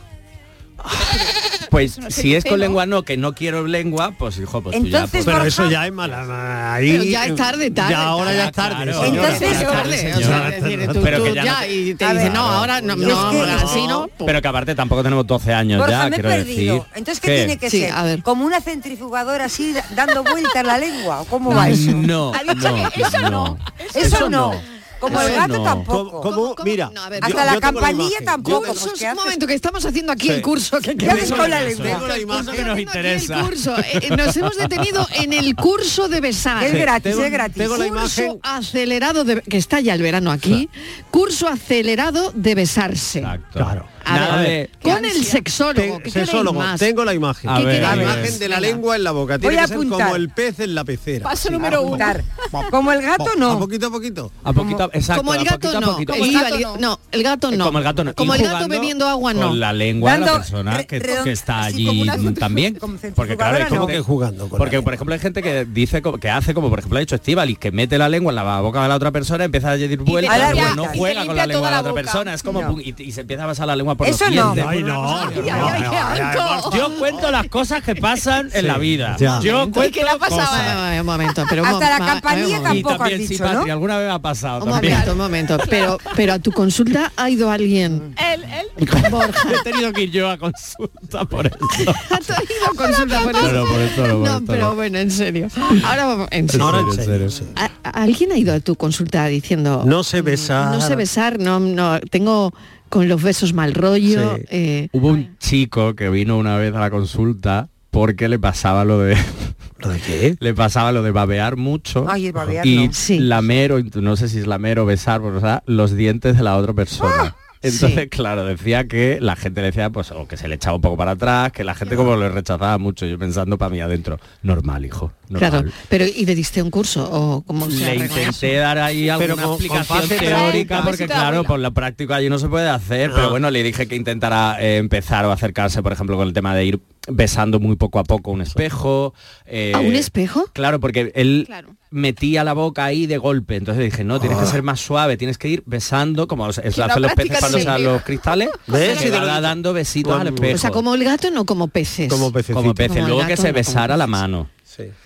Pues
no se
si es
dice,
con
¿no?
lengua no, que no quiero lengua, pues hijo, pues tú ya...
Entonces,
Pues,
Pero Borja- eso
ya
es mala.
Pero ya es tarde, tarde.
ya ahora ya es tarde,
Claro.
señora.
Entonces,
Ya es tarde,
tarde,
señora.
o sea, es decir, tú-
Pero
tú
que ya no
ya,
te-
y te dicen, no, ahora no, no, ahora sí, ¿no?
Pero que aparte tampoco tenemos 12 años
Borja, me
ya,
he
quiero
perdido.
decir.
Entonces, ¿qué, tiene que ser? ¿Como una centrifugadora así da- dando vueltas la lengua? ¿O cómo va eso?
No,
Ha dicho
no,
que eso no. Eso,
Eso
no.
no.
Como el
Eso
gato
no.
tampoco.
Mira,
A ver,
Hasta
yo-
la
yo tengo
campanilla
imagen.
tampoco.
Yo-
Pues, ¿qué
un
haces?
momento, que estamos haciendo aquí
Sí.
el curso. Que
¿Qué haces
queremos.
con la lengua? Tengo la
El curso
imagen
que
nos
tengo aquí,
interesa.
El curso. Eh, eh, nos hemos detenido en el curso de besar.
Es Sí. gratis, Tengo- es gratis. tengo la
Curso
imagen.
acelerado, de, que está ya el verano aquí. Curso acelerado de besarse.
Claro.
A ver,
Nada de-
con el sexólogo. ¿qué queréis
Sexólogo,
más?
tengo la imagen.
¿Qué queréis
la
más?
imagen de la
Venga.
lengua en la boca. Tiene
Voy a
que
apuntar.
ser como el pez en la pecera.
Paso número uno.
apuntar.
Como el gato no.
A poquito a poquito.
A poquito, exacto.
Como el
a
gato
poquito a
no.
poquito.
como
Y-
el gato no. No, el gato no.
Como el gato no.
Como
Y
el gato
jugando
bebiendo agua no.
Con la lengua de la
Dando
persona que,
re-
que está allí también. Porque claro, hay
centrifugadora,
gente
no. ¿Cómo que jugando con
Porque por ejemplo hay gente que dice como- que hace como por ejemplo ha dicho Estivalis, que mete la lengua en la boca de la otra persona, empieza a decir vueltas,
limpia-
pero
y te
no
limpia
juega con la
toda
lengua de
la
la otra
boca.
persona, es como
No.
pum, y, y se empieza a pasar la lengua por
Eso
los
no.
dientes.
Ay, no,
Dios
no, no, no, no,
mío. Yo cuento las cosas que pasan en la vida.
Ya.
Yo
¿Y qué le ha
cuento
pasado?
cosas.
Eh, Un momento, pero un
Hasta la
mom- a- a
campanilla
ver, un momento.
Y también, sí, Patri, alguna vez ha pasado
Un
también.
momento, un momento. Pero, pero a tu consulta ha ido alguien.
Él, él.
He tenido que ir yo a consulta por eso.
No, consulta, bueno,
No, no, por esto no, por
No,
esto
pero
no.
bueno, en serio. Ahora vamos, en serio.
Ahora en serio, sí.
¿A- a- ¿Alguien ha ido a tu consulta diciendo
No sé besar.
no sé besar, no, no, tengo con los besos mal rollo?
Sí.
eh,
Hubo un chico que vino una vez a la consulta porque le pasaba lo de...
¿Lo de qué?
Le pasaba lo de babear mucho
Ay, el babear
y
no.
lamer, o int- no sé si es lamer o besar, pero, o sea, los dientes de la otra
Ah,
persona. Entonces, claro, decía que la gente le decía, pues, o que se le echaba un poco para atrás, que la gente como le rechazaba mucho, yo pensando para mí adentro, normal, hijo, normal.
claro, pero ¿y le diste un curso? ¿O cómo se
Le
arregla?
intenté dar ahí
Pero
alguna
con- con
explicación
fase
teórica,
teórica.
porque claro, por la práctica allí no se puede hacer,
Ah.
pero bueno, le dije que intentara eh, empezar o acercarse, por ejemplo, con el tema de ir besando muy poco a poco un espejo. eh,
¿A un espejo?
Claro, porque él metía la boca ahí de golpe, entonces dije, no,
Ah.
tienes que ser más suave, tienes que ir besando, como los-
la
hacen los
práctica
peces cuando
sí.
usan los cristales,
¿Ves?
que
Si te lo
va
he dicho.
dando besitos al espejo.
O sea, como el gato, no como peces.
Como peces,
Como el
luego que
gato,
se
no, como-
besara la mano.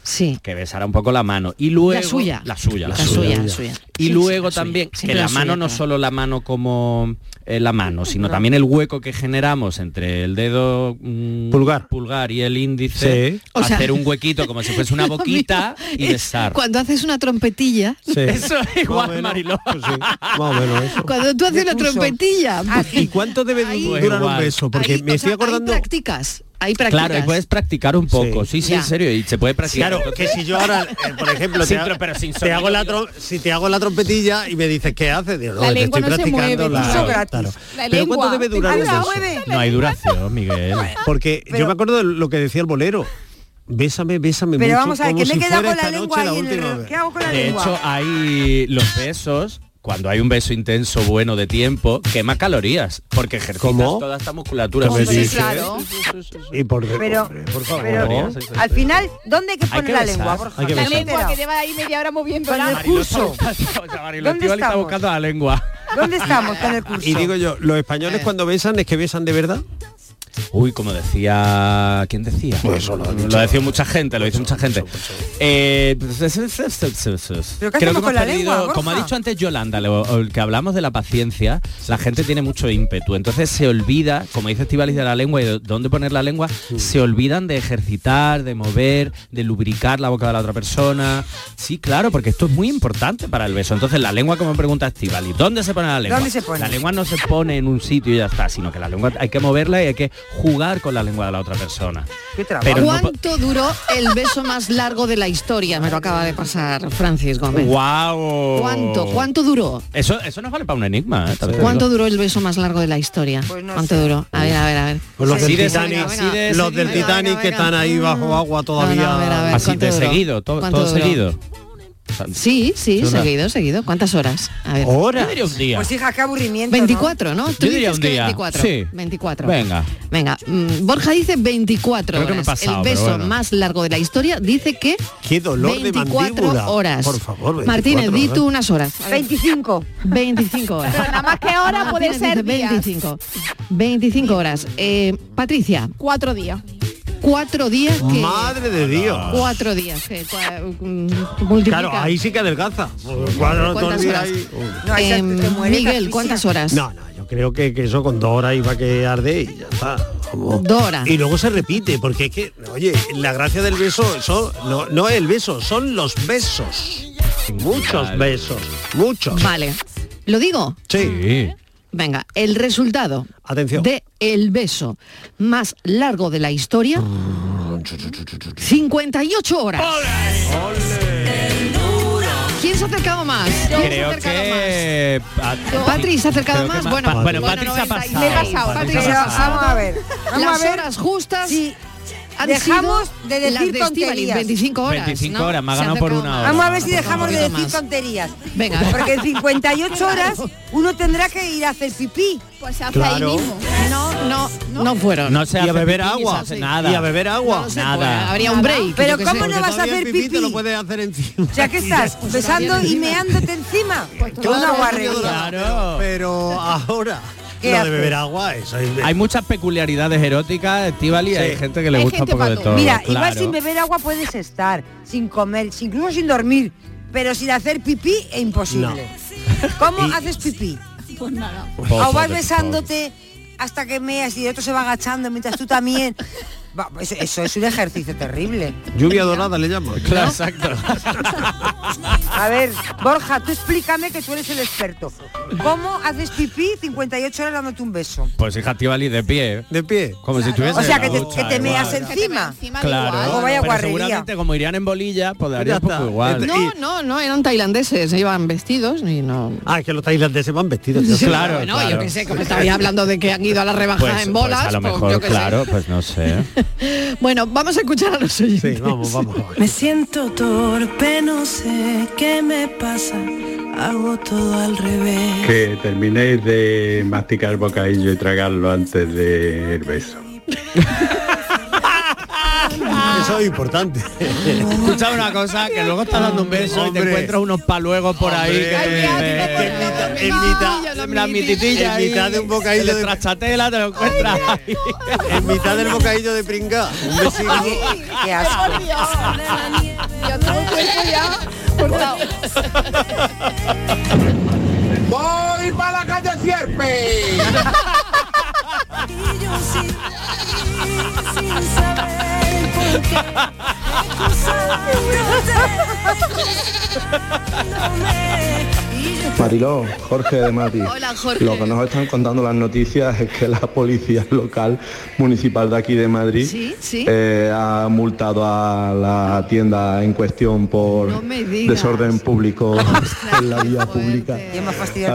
Sí.
Que besara un poco la mano. Y luego.
La suya.
La suya, la,
La suya, la suya.
Y
Sí,
luego
sí, la
también,
suya.
que
Siempre
la,
la
mano
suya,
no
claro.
solo la mano como eh, la mano, sino también el hueco que generamos entre el dedo mm, pulgar. y el índice.
O sea-
hacer un huequito como si fuese una boquita y besar.
eh, Cuando haces una trompetilla.
Eso es igual, Mariló.
Cuando tú haces
De
una
curso.
trompetilla.
¿Y cuánto debe
Ahí-
durar un
Igual.
beso? Porque me estoy acordando...
Ahí practicas. Ahí practicas.
Claro, y puedes practicar un poco, sí, sí,
Ya.
en serio, y se puede practicar.
Claro, que si yo ahora, eh, por ejemplo,
Sin
te, ha-
tro- pero sin
te
sonido,
hago la trom- si te hago la trompetilla y me dices qué haces, digo, no,
La
que
lengua
estoy
no se
practicando
mueve,
la-
eso gratis.
claro.
La
Pero cuánto
lengua.
debe durar
Ah,
un
la
beso?
mueve, No la hay lengua duración, Miguel.
Porque yo me acuerdo de lo que decía el bolero. Bésame, bésame
Pero
mucho,
vamos a ver,
como
que me
si
he quedado
fuera
con la
esta
lengua
noche
ahí en el
última
reloj.
vez.
¿Qué hago con la
De
lengua?
hecho, hay los besos, cuando hay un beso intenso, bueno, de tiempo, quema calorías, porque ejercitas
¿Cómo?
toda esta musculatura.
Hombre,
Sí, sí,
claro.
sí.
Y por,
Pero-
hombre, por favor.
pero-
Calorías,
Sí,
Al final, ¿dónde hay que poner
que
la
besar,
lengua,
hay
Borja?
que
La
besar.
lengua que lleva ahí media hora moviéndola.
Con el curso.
Marilo,
¿Dónde
Estíbaliz está
estamos?
buscando la lengua.
¿Dónde estamos con el curso?
Y digo yo, los españoles cuando besan es que besan de verdad.
Uy, como decía... ¿Quién decía?
Pues
lo, decía mucha gente, lo dice mucha gente. Eh,
¿Pero qué
creo
hacemos con
que
la
hemos perdido-
lengua, Borja?
como ha dicho antes Yolanda, lo- el que hablamos de la paciencia, la gente tiene mucho ímpetu, entonces se olvida, como dice Estivalis de la lengua y de dónde poner la lengua, se olvidan de ejercitar, de mover, de lubricar la boca de la otra persona. Sí, claro, porque esto es muy importante para el beso. Entonces la lengua, como pregunta Estivalis, ¿dónde se pone la lengua?
¿Dónde se pone?
La lengua no se pone en un sitio y ya está, sino que la lengua hay que moverla y hay que jugar con la lengua de la otra persona. Pero no po-
¿Cuánto duró el beso más largo de la historia? Me lo acaba de pasar Francis Gómez.
¡Guau!
¿Cuánto? ¿Cuánto duró?
Eso, eso nos vale para un enigma. ¿eh? También te
¿Cuánto
digo.
duró el beso más largo de la historia? ¿Cuánto duró? A ver, a ver, a ver.
Pues los
Así
del
de
Titanic,
seguido, así de
los del
seguido.
Titanic que están ahí bajo agua todavía.
Así de seguido, todo,
¿Cuánto
todo
duró?
seguido.
Sí, sí,
Una-
seguido, seguido. ¿Cuántas horas? A ver.
¿Horas? Yo diría un día.
Pues hija, qué aburrimiento.
24, ¿no? Tú
Yo diría
dices
un
que
día,
24.
sí.
24.
Venga.
Venga, mm, Borja dice 24
Creo que me he
horas.
pasado,
el
pero
beso
bueno.
más largo de la historia dice que
Qué dolor de
24
mandíbula.
horas.
Por favor, 24
Martínez, di
horas.
tú unas horas.
25.
25 horas.
Pero nada más que ahora puede
Martínez
ser
dice
días.
25. 25 horas. Eh, Patricia.
Cuatro días.
Cuatro días que...
Madre de Dios.
Cuatro días. que cua- mm, multiplica.
Claro, ahí sí que adelgaza. Pues, Cuatro, todo el
¿Cuántas
día
horas?
ahí.
No, ahí se-
Em,
te muere,
Miguel,
Patricia.
¿cuántas horas?
No, no, yo creo que, que eso con dos horas iba a que arde y ya está. Vamos.
Dos horas.
Y luego se repite, porque es que, oye, la gracia del beso, eso no, no es el beso, son los besos. Muchos besos, muchos.
Vale. ¿Lo digo?
Sí.
Venga, el resultado
Atención.
de el beso más largo de la historia. 58 horas. ¿Quién se ha acercado más? ¿Quién se ha
Creo
acercado
que...
Yo. Patri, ¿se ha acercado más? Bueno, bueno,
bueno, Patri se ha pasado.
Me he pasado, Patri
Patri se ha
se ha
pasado.
pasado.
Vamos a ver. Vamos
Las
a ver
horas justas.
si
han
dejamos
sido
de decir
las de Estíbaliz,
tonterías.
25 horas.
25
¿no?
horas, me ha
Se
ganado por
acercado
una
más.
hora.
Vamos a ver si
Por
dejamos de
favor,
decir
más.
tonterías.
Venga.
Porque en 58 horas uno tendrá que ir a hacer pipí.
Pues
hace ahí Claro. mismo.
No, no, no fueron.
No se
Y a
hace
beber
pipí, ni se
agua.
hace-
Y a beber agua.
No se puede, Habría un break. yo
Pero
qué
¿cómo
sé.
no vas a hacer pipí?
Te lo puedes hacer encima.
Ya que estás besando y meándote encima.
Pues
Todo una guarrería.
Claro. Pero ahora,
¿Qué
lo de
haces?
beber agua, eso es...
Hay muchas peculiaridades eróticas, Estivali, y hay gente que le gusta un poco de todo.
Mira,
claro.
igual sin beber agua puedes estar, sin comer, sin- incluso sin dormir, pero sin hacer pipí es imposible. ¿Cómo haces pipí?
Pues nada.
O vas besándote hasta que meas y el otro se va agachando mientras tú también. Va, Eso, eso es un ejercicio terrible.
Lluvia dorada le llamo.
Claro, exacto.
A ver, Borja, tú explícame que tú eres el experto. ¿Cómo haces pipí 58 horas dándote un beso?
Pues hija Estivali, de pie.
De pie.
Como si estuviese
O sea,
en la
que te,
ducha,
que te
igual.
meas encima.
Claro,
O vaya
pero
guarrería.
seguramente como irían en bolilla, pues daría
Ya
un poco
está.
igual.
No, no, no, eran tailandeses, iban vestidos y no...
Ah, es que los tailandeses van vestidos.
Sí,
Claro,
bueno,
claro.
yo qué sé, como estabais hablando de que han ido a la rebaja
Pues-
en bolas,
pues a lo
pues
mejor,
yo qué sé.
claro, pues no sé.
Bueno, vamos a escuchar a los oyentes.
vamos, vamos.
Me siento torpe, no sé qué me pasa. Hago todo al revés.
Que terminéis de masticar el bocadillo y tragarlo antes del beso.
Eso es importante.
Escucha una cosa, que luego estás dando un beso y te encuentras unos paluegos por ahí.
Hombre.
Que
Ay,
te-
En mitad,
las mititillas
en
ahí,
mitad de un bocadillo
de
de-
trachatela te lo encuentras
en mitad del bocadillo de pringa. Un besito.
Qué asco.
Yo tengo el cuerpo ya cortado.
Voy para la calle Sierpe.
Mariló, Jorge de Mati.
Hola, Jorge.
Lo que nos están contando las noticias es que la policía local municipal de aquí de Madrid
Sí, sí.
eh, ha multado a la tienda en cuestión por
No me digas.
desorden público en la vía pública.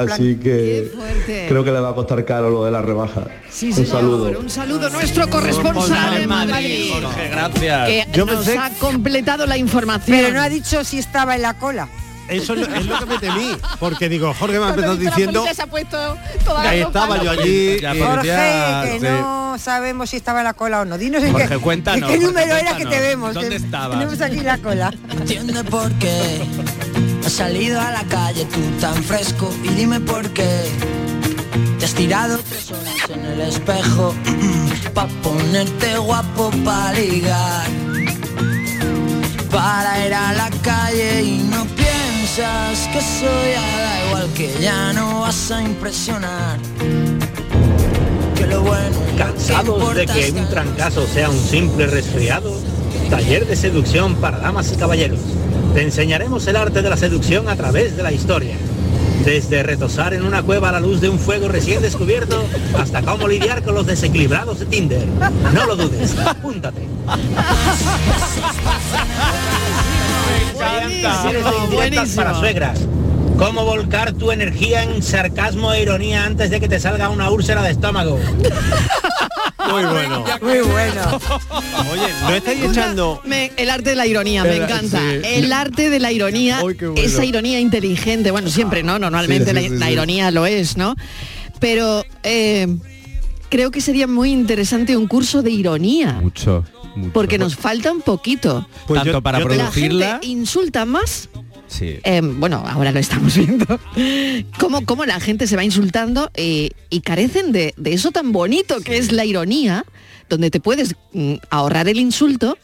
Así que
fuerte.
creo que le va a costar caro lo de la rebaja.
Sí,
Un
señor.
saludo.
Un saludo a nuestro corresponsal en Madrid.
Jorge, gracias.
Que nos ha completado la información.
Pero no ha dicho si estaba en la cola.
Eso es lo, es lo que me temí. Porque digo, Jorge me ha
Cuando
empezado
he visto la
diciendo
policía se ha puesto toda la
que
ropa,
estaba
¿no?
yo allí. eh,
La
y-
Jorge, que no sabemos si estaba en la cola o no. Dinos en
Jorge,
qué, en
cuéntanos,
qué
Jorge,
número era que te
cuéntanos.
vemos.
¿Dónde
Te-
estabas?
Tenemos aquí la cola.
Entiende por qué has salido a la calle tú tan fresco y dime por qué te has tirado tres horas en el espejo pa ponerte guapo pa ligar para ir a la calle y no piensas que soy ya da igual que ya no vas a impresionar que lo bueno
¿Cansados de que un trancazo sea un simple resfriado? Taller de seducción para damas y caballeros. Te enseñaremos el arte de la seducción a través de la historia. Desde retosar en una cueva a la luz de un fuego recién descubierto hasta cómo lidiar con los desequilibrados de Tinder. No lo dudes, apúntate. Talleres de indirectas para suegras. Cómo volcar tu energía en sarcasmo e ironía antes de que te salga una úlcera de estómago.
Muy bueno.
Muy bueno.
Oye, no estáis echando.
Me- el arte de la ironía, me
El-
encanta.
sí.
El arte de la ironía,
Ay, qué bueno.
esa ironía inteligente, bueno, siempre, ¿no? Normalmente
Sí,
la,
sí, sí,
la
sí.
ironía lo es, ¿no? Pero eh, creo que sería muy interesante un curso de ironía,
Mucho, mucho.
porque nos falta un poquito.
Tanto para
La
producirla
gente insulta más
Sí.
Eh, bueno, ahora lo estamos viendo. Cómo, cómo la gente se va insultando eh, y carecen de, de eso tan bonito que es la ironía, donde te puedes mm, ahorrar el insulto,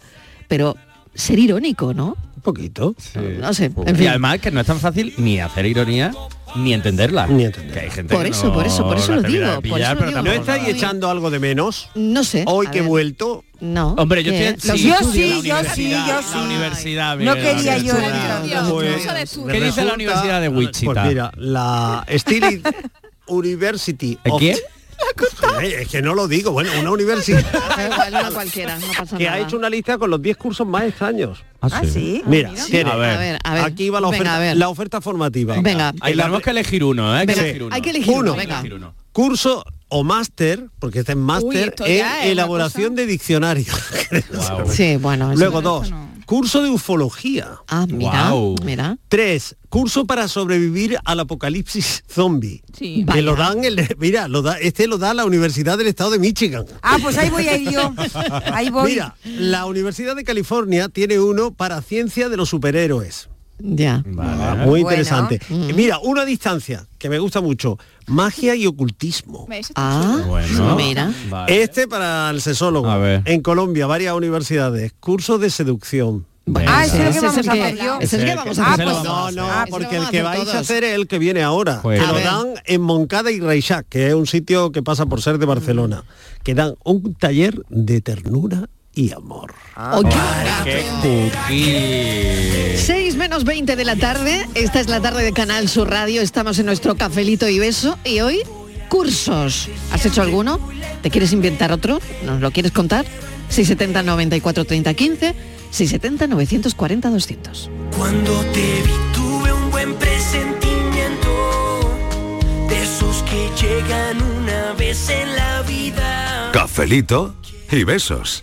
pero ser irónico, ¿no?
Un poquito.
No sé, en
Y
fin.
además que no es tan fácil ni hacer ironía ni entenderla. Ni entenderla. Que hay gente
Por
que
eso,
no
por eso, por eso
la
lo
termina de
digo, por
pillar,
eso lo
pero
digo.
¿No
tampoco
estáis
la-
echando algo de menos?
No sé.
Hoy
a
que he
ver.
vuelto.
No.
Hombre, yo
¿Qué?
estoy
Los
sí,
estudios de la
la
universidad, la No
universidad, La universidad, Miguel, la
quería yo
universidad.
entrar. Dios,
Pues,
mucho de su-
¿Qué dice la
Resulta-
universidad de Wichita?
Pues mira, la Steel University.
¿De
of-
¿Eh, quién?
Ay, Es que no lo digo, bueno, una universidad
Da igual, una cualquiera, no pasa
que
nada.
ha hecho una lista con los 10 cursos más extraños.
Ah, sí. sí.
Mira,
Ah, mira.
tiene-
A ver. A ver, a ver.
aquí va la
Venga,
oferta,
a ver.
la oferta formativa.
Venga.
Ahí tenemos que elegir uno, ¿eh? Hay que
Venga,
elegir uno.
hay que elegir uno,
Uno.
venga.
Curso o máster, porque este es máster,
esto
en
ya es
elaboración de diccionario.
Sí, bueno. eso-
Luego dos, curso de ufología.
Ah, mira, Guau. mira.
Tres, curso para sobrevivir al apocalipsis zombie.
Sí.
Que lo
Vaya.
dan, el, mira, lo da, este lo da la Universidad del Estado de Michigan.
Ah, pues ahí voy a ir yo. Ahí voy.
Mira, la Universidad de California tiene uno para ciencia de los superhéroes.
Ya.
Ah, muy
Bueno.
interesante. Y Mira, una distancia que me gusta mucho, magia y ocultismo.
Ah,
Bueno.
mira.
Este para el sesólogo. En Colombia, varias universidades, cursos de seducción.
Ah, ese es el que vamos a hacer yo.
Ese es el que vamos a
Ah,
hacer
pues
todos.
No, no,
Ah,
porque
vamos
el que
a
vais a
todos.
hacer es el que viene ahora.
Pues.
que
A
lo
ver.
dan en Moncada y Reixac, que es un sitio que pasa por ser de Barcelona. Que dan un taller de ternura y amor. Ah,
¡Qué
pues
cookie!
6 menos 20 de la tarde, esta es la tarde de Canal Sur Radio, estamos en nuestro cafelito y beso y hoy cursos. ¿Has hecho alguno? ¿Te quieres inventar otro? ¿Nos lo quieres contar? 670 94 30 15, 670 940 200.
Cuando te vi tuve un buen presentimiento De esos que llegan una vez en la vida
Cafelito y besos.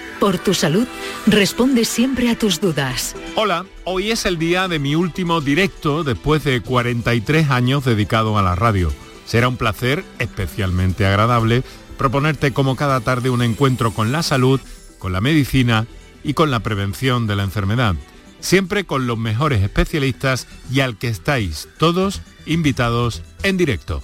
por tu salud, responde siempre a tus dudas.
Hola, hoy es el día de mi último directo después de 43 años dedicado a la radio. Será un placer especialmente agradable proponerte como cada tarde un encuentro con la salud, con la medicina y con la prevención de la enfermedad. Siempre con los mejores especialistas y al que estáis todos invitados en directo.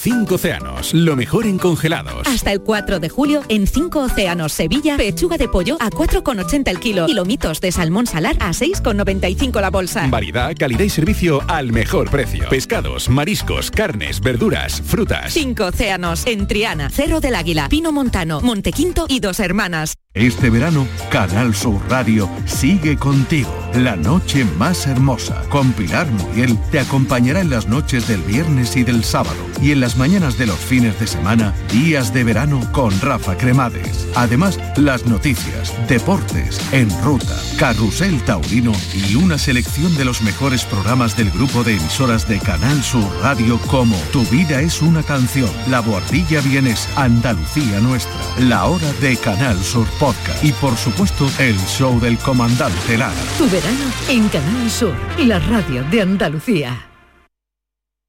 Cinco océanos, lo mejor en congelados.
Hasta el 4 de julio, en 5 Océanos Sevilla, pechuga de pollo a 4,80 el kilo y lomitos de salmón salar a 6,95 la bolsa.
Variedad, calidad y servicio al mejor precio. Pescados, mariscos, carnes, verduras, frutas.
5 Océanos, en Triana, Cerro del Águila, Pino Montano, Montequinto y Dos Hermanas.
Este verano, Canal Sur Radio sigue contigo. La noche más hermosa con Pilar Muriel te acompañará en las noches del viernes y del sábado y en las mañanas de los fines de semana, días de verano con Rafa Cremades. Además, las noticias, deportes, en ruta, carrusel taurino y una selección de los mejores programas del grupo de emisoras de Canal Sur Radio como Tu vida es una canción, La Guardilla Vienes, Andalucía Nuestra, La Hora de Canal Sur Podcast y por supuesto el show del comandante Lara.
Tu verano en Canal Sur, la radio de Andalucía.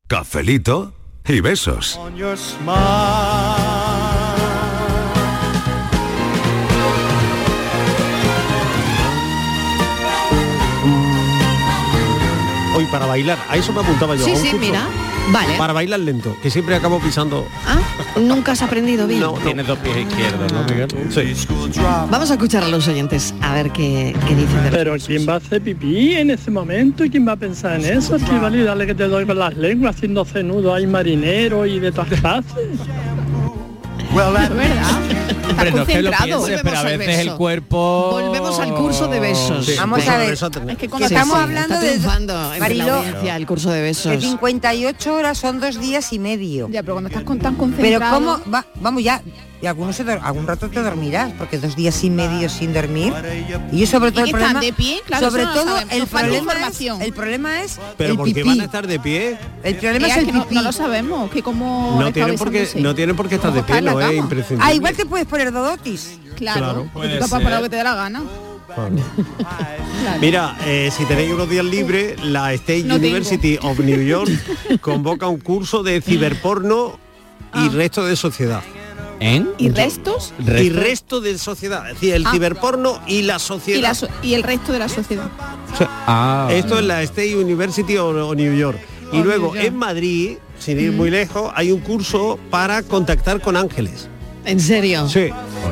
Cafelito y besos.
Hoy para bailar, a eso me apuntaba yo. a
Sí,
un
sí,
curso
mira. Vale.
Para bailar lento, que siempre acabo pisando.
Ah, nunca has aprendido bien.
Tienes dos pies izquierdos, ¿no, Miguel? Sí.
Vamos a escuchar a los oyentes a ver qué, qué dicen. de-
Pero ¿quién va a hacer pipí en ese momento? ¿Quién va a pensar en eso? Estivali, dale que te doy con las lenguas haciendo cenudo. Hay marinero y de todas partes.
Es verdad.
Hombre, no es que lo
concentrado.
pienses, pero a
Volvemos al
veces el
beso.
cuerpo...
Volvemos al curso de besos.
Sí,
Vamos
curso
a
de
ver.
besos tenemos.
Es que
Sí,
estamos
sí,
hablando
está
de-
triunfando en
Mariló.
la audiencia, el curso de
Que
besos.
58 horas son dos días y medio. Ya, pero cuando estás con tan
concentrado-
Pero cómo va- vamos ya, y algunos se dor- algún rato te dormirás, porque dos días y medio sin dormir. Y yo sobre todo
¿Y
el
que están
problema,
de pie? Claro,
sobre
eso no lo
todo
sabemos,
el
nos falta
problema, es,
información.
el problema es
Pero
el
porque
pipí.
van a estar de pie.
El problema
Eh,
es el
que
pipí.
no- no lo sabemos, que como
No tienen por qué, no tienen por qué estar de pie, no es
Ah,
imprescindible.
igual te puedes poner dodotis.
Claro.
Claro,
Puede
tú tapas por
ser.
lo que te dé la gana.
Claro. Mira, eh, si tenéis unos días libres, la State
No tengo.
University of New York convoca un curso de ciberporno y resto de sociedad.
¿En?
¿Y restos?
Y resto de sociedad, es decir, el
Ah.
ciberporno y la
Y, la
sociedad.
so- y el resto de la sociedad.
O sea,
Ah.
Ah.
Esto es la State University of, of New York.
Oh,
Y luego en Madrid, sin
Mm.
ir muy lejos, hay un curso para contactar con ángeles.
¿En serio?
Sí.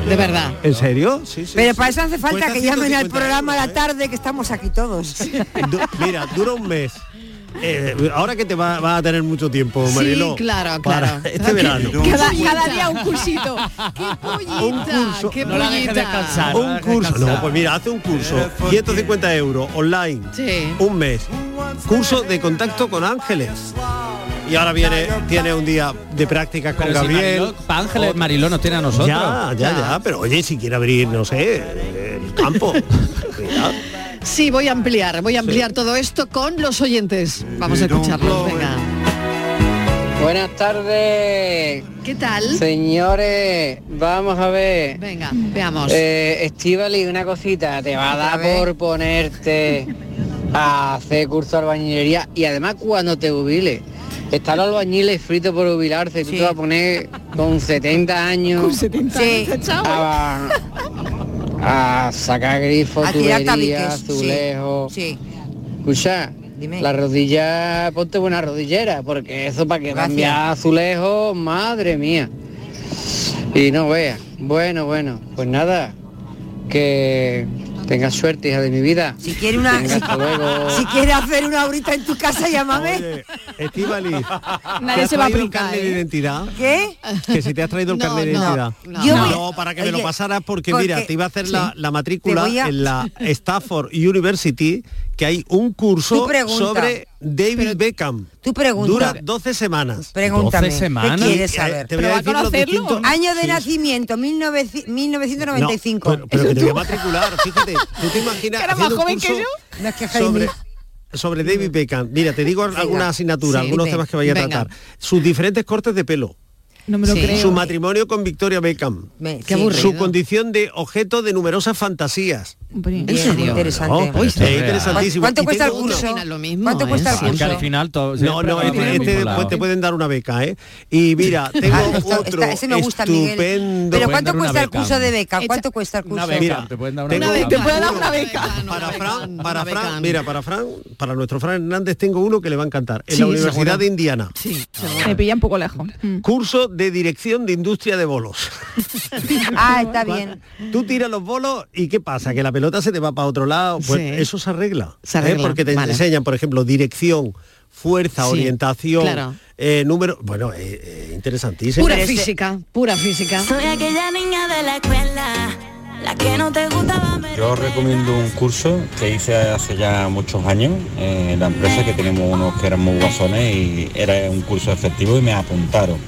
De verdad.
¿En serio? Sí, sí.
Pero
sí.
para eso hace falta
Cuesta
que llamen al
150
programa a la tarde que estamos aquí todos.
Du- mira, dura un mes. Eh, ahora que te va- vas a tener mucho tiempo,
Sí,
Mariló.
claro,
para
claro.
Este verano.
Cada,
Qué
cada
pullita.
día un cursito. ¡Qué pollita! ¡Qué
No la dejes
pollita!
descansar, Un curso. No, pues mira, hace un curso. 150 euros online.
Sí.
Un mes. Curso de contacto con ángeles. Y ahora viene, tiene un día de prácticas con
Pero si
Gabriel.
Mariló- Ángeles Mariló nos tiene a nosotros.
Ya, ya, ya. Pero oye, si quiere abrir, no sé, el campo. Cuidado.
Sí, voy a ampliar, voy a ampliar todo esto con los oyentes. Vamos a escucharlos, venga.
Buenas tardes.
¿Qué tal?
Señores, vamos a ver.
Venga, veamos.
Eh, Estivali, una cosita, te va a dar por ponerte a hacer curso de albañilería y además cuando te jubiles. Están los albañiles fritos por jubilarse, tú te vas a poner con 70 años.
Sí.
a, a sacar grifos,
A tirar
tuberías,
tabiques, sí.
azulejos.
Sí.
Escucha,
Dime.
la rodilla, ponte buena rodillera, porque eso para que
Gracias.
cambia azulejos, madre mía. Y no veas. Bueno, bueno, pues nada, que tengas suerte, hija de mi vida.
Si quiere una- si- Si quieres hacer una horita en tu casa, llámame.
Estíbaliz,
Nadie
¿te has
se va a
traído el
brincar,
carnet de
¿eh?
identidad?
¿Qué?
Que si te has traído el
No,
carnet de
no,
identidad.
no. Yo voy-
para que me
Oye,
lo pasaras porque,
porque-
mira, te iba a hacer
sí.
la, la matrícula
Te voy a-
en la Stafford University, que hay un
Tú
curso
pregunta.
sobre David Beckham.
Tú pregunta.
Dura 12 semanas.
Pregúntame. ¿Qué quieres
Eh,
saber?
Te voy a decir los distintos-
Año de
Sí.
nacimiento, 1900 1995.
No, pero- pero que te voy a matricular, fíjate. ¿Tú te imaginas
¿Era más
haciendo un
joven que
curso
yo? No, es que
sobre,
Jaime.
sobre David Beckham. Mira, te digo algunas asignaturas,
Sí,
algunos
dime.
temas que vaya a
Venga.
tratar. Sus diferentes cortes de pelo.
No me lo creo.
Su matrimonio con Victoria Beckham.
Me-
Qué sí. aburrido.
Su condición de objeto de numerosas fantasías.
Hombre.
¿En serio? Interesante.
No,
Oye,
es
pues,
interesantísimo.
¿Cuánto
Y
cuesta el
tengo uno.
curso?
¿Cuánto
¿eh? cuesta el
Porque al
curso?
final todo...
No,
siempre
no,
va por
este,
el
este
mismo lado.
después te pueden dar una beca, ¿eh? Y mira, tengo
Ah, esto-
otro
esta- ese me gusta, Miguel.
estupendo.
Pero ¿cuánto cuesta el curso de beca? ¿Cuánto cuesta el curso?
Mira, tengo-
beca.
Para Fran, para Fran, mira, para Fran, para nuestro Fran Hernández tengo uno que le va a encantar. En la
Sí,
Universidad
seguro.
de Indiana.
Me pilla un poco lejos.
Curso de dirección de industria de bolos.
Ah, está bien.
Tú tiras los bolos y ¿qué pasa? Que la pelota se te va para otro lado. Pues
Sí.
eso se arregla. ¿eh?
Se arregla,
Porque te
vale.
enseñan, por ejemplo, dirección, fuerza,
Sí,
orientación,
claro.
eh, número. Bueno, eh,
este-
eh, interesantísimo.
Pura física, pura física.
Soy aquella niña de la escuela La que no te gustaba me
Yo os recomiendo un curso que hice hace ya muchos años eh, en la empresa que tenemos unos que eran muy guasones y era un curso efectivo y me apuntaron,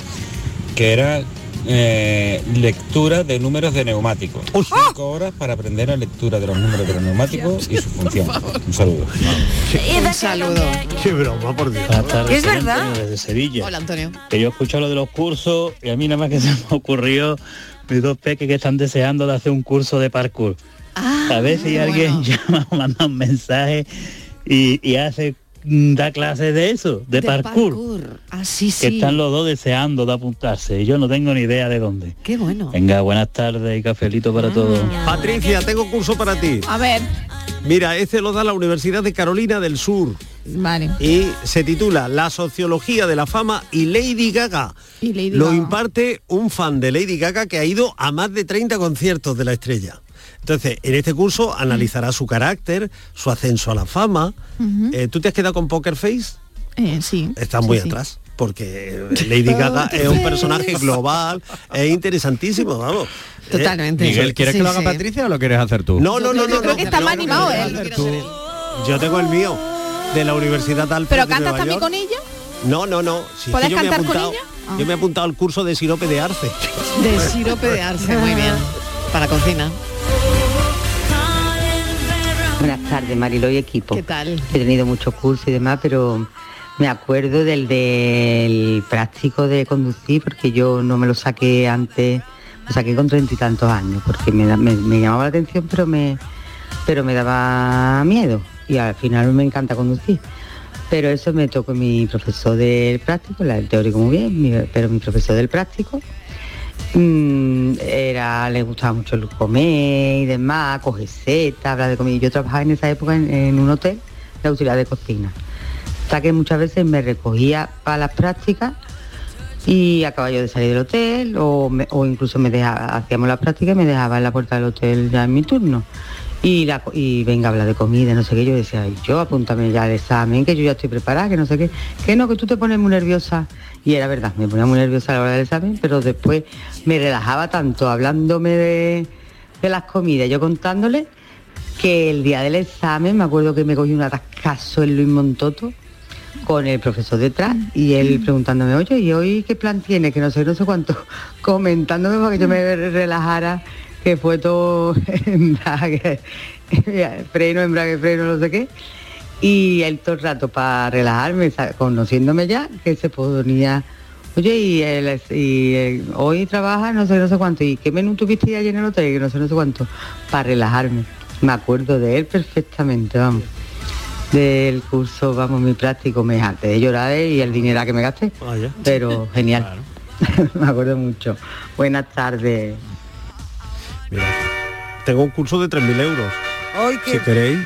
que era eh, lectura de números de neumáticos. Cinco horas para aprender la lectura de los números de los neumáticos y su función. Un saludo.
Un saludo.
Qué broma, por Dios.
Buenas tardes,
Es
soy
verdad.
Antonio desde Sevilla.
Hola, Antonio.
Que yo escucho lo de los cursos y a mí nada más que se me ocurrió mis dos peques que están deseando de hacer un curso de parkour.
Ah,
Ah,
a ver si alguien llama o manda un mensaje y, y hace mm, da clases de eso, de, parkour.
Así
Que
sí.
están los dos deseando de apuntarse. Y yo no tengo ni idea de dónde.
Qué bueno.
Venga, buenas tardes y cafelito para todos.
Ah. Patricia, tengo curso para ti.
A ver,
Mira, este lo da la Universidad de Carolina del Sur
vale.
y se titula La sociología de la fama y Lady Gaga.
Y Lady
Lo
Gaga.
imparte un fan de Lady Gaga que ha ido a más de 30 conciertos de la estrella. Entonces, en este curso analizará su carácter, su ascenso a la fama.
Ujú.
Eh, ¿Tú te has quedado con Poker Face?
Eh, sí.
Está muy
Sí, sí.
atrás. Porque Lady Gaga
Poker
es un
Face.
personaje global, es interesantísimo, vamos. Eh,
Totalmente.
Miguel, ¿quieres que lo haga Patricia o lo quieres hacer tú?
No, no, no, no.
Yo creo que está más animado él.
Yo tengo el mío, de la Universidad de Alfred
¿Pero
de
cantas
Nueva
también
York.
con ella?
No, no, no. Si es
¿Puedes
que yo me he
cantar con
apuntado-
ella? Ah.
Yo me he apuntado al curso de sirope de arce.
De sirope de arce, muy bien.
Ah.
Para cocina.
Buenas tardes, Marilo y equipo.
¿Qué tal?
He tenido muchos cursos y demás, pero me acuerdo del del práctico de conducir, porque yo no me lo saqué antes, lo saqué con treinta y tantos años, porque me, da- me- me llamaba la atención, pero me, pero me daba miedo. Y al final me encanta conducir. Pero eso me tocó mi profesor del práctico, la del teórico muy bien, mi- pero mi profesor del práctico Mm, era, le gustaba mucho el comer y demás, coge seta, habla de comida. Yo trabajaba en esa época en, en un hotel de auxiliar de cocina. Hasta que muchas veces me recogía para las prácticas y acababa yo de salir del hotel o, me- o incluso me dejaba, hacíamos la práctica y me dejaba en la puerta del hotel ya en mi turno. Y, la, co- y venga, habla de comida, no sé qué, yo decía, "Ay, yo apúntame ya al examen, que yo ya estoy preparada, que no sé qué, que no, que tú te pones muy nerviosa. Y era verdad, me ponía muy nerviosa a la hora del examen, pero después me relajaba tanto hablándome de, de las comidas, yo contándole, que el día del examen me acuerdo que me cogí un atascazo en Luis Montoto con el profesor detrás y él preguntándome, oye, ¿y hoy qué plan tiene? Que no sé, no sé cuánto, comentándome para que yo me relajara, que fue todo embrague, freno, embrague, freno, no sé qué. Y él todo el rato para relajarme, sa- conociéndome ya, que se ponía, oye, y, el- y el- hoy trabaja no sé, no sé cuánto, y qué menú tuviste ayer en el hotel, que no sé, no sé cuánto, para relajarme. Me acuerdo de él perfectamente, vamos del curso, vamos, mi práctico, me harté de llorar eh, y el dinero que me gasté.
Ah,
Pero genial. me acuerdo mucho. Buenas tardes.
Tengo un curso de 3.000 euros.
Hoy
Si
qué,
queréis.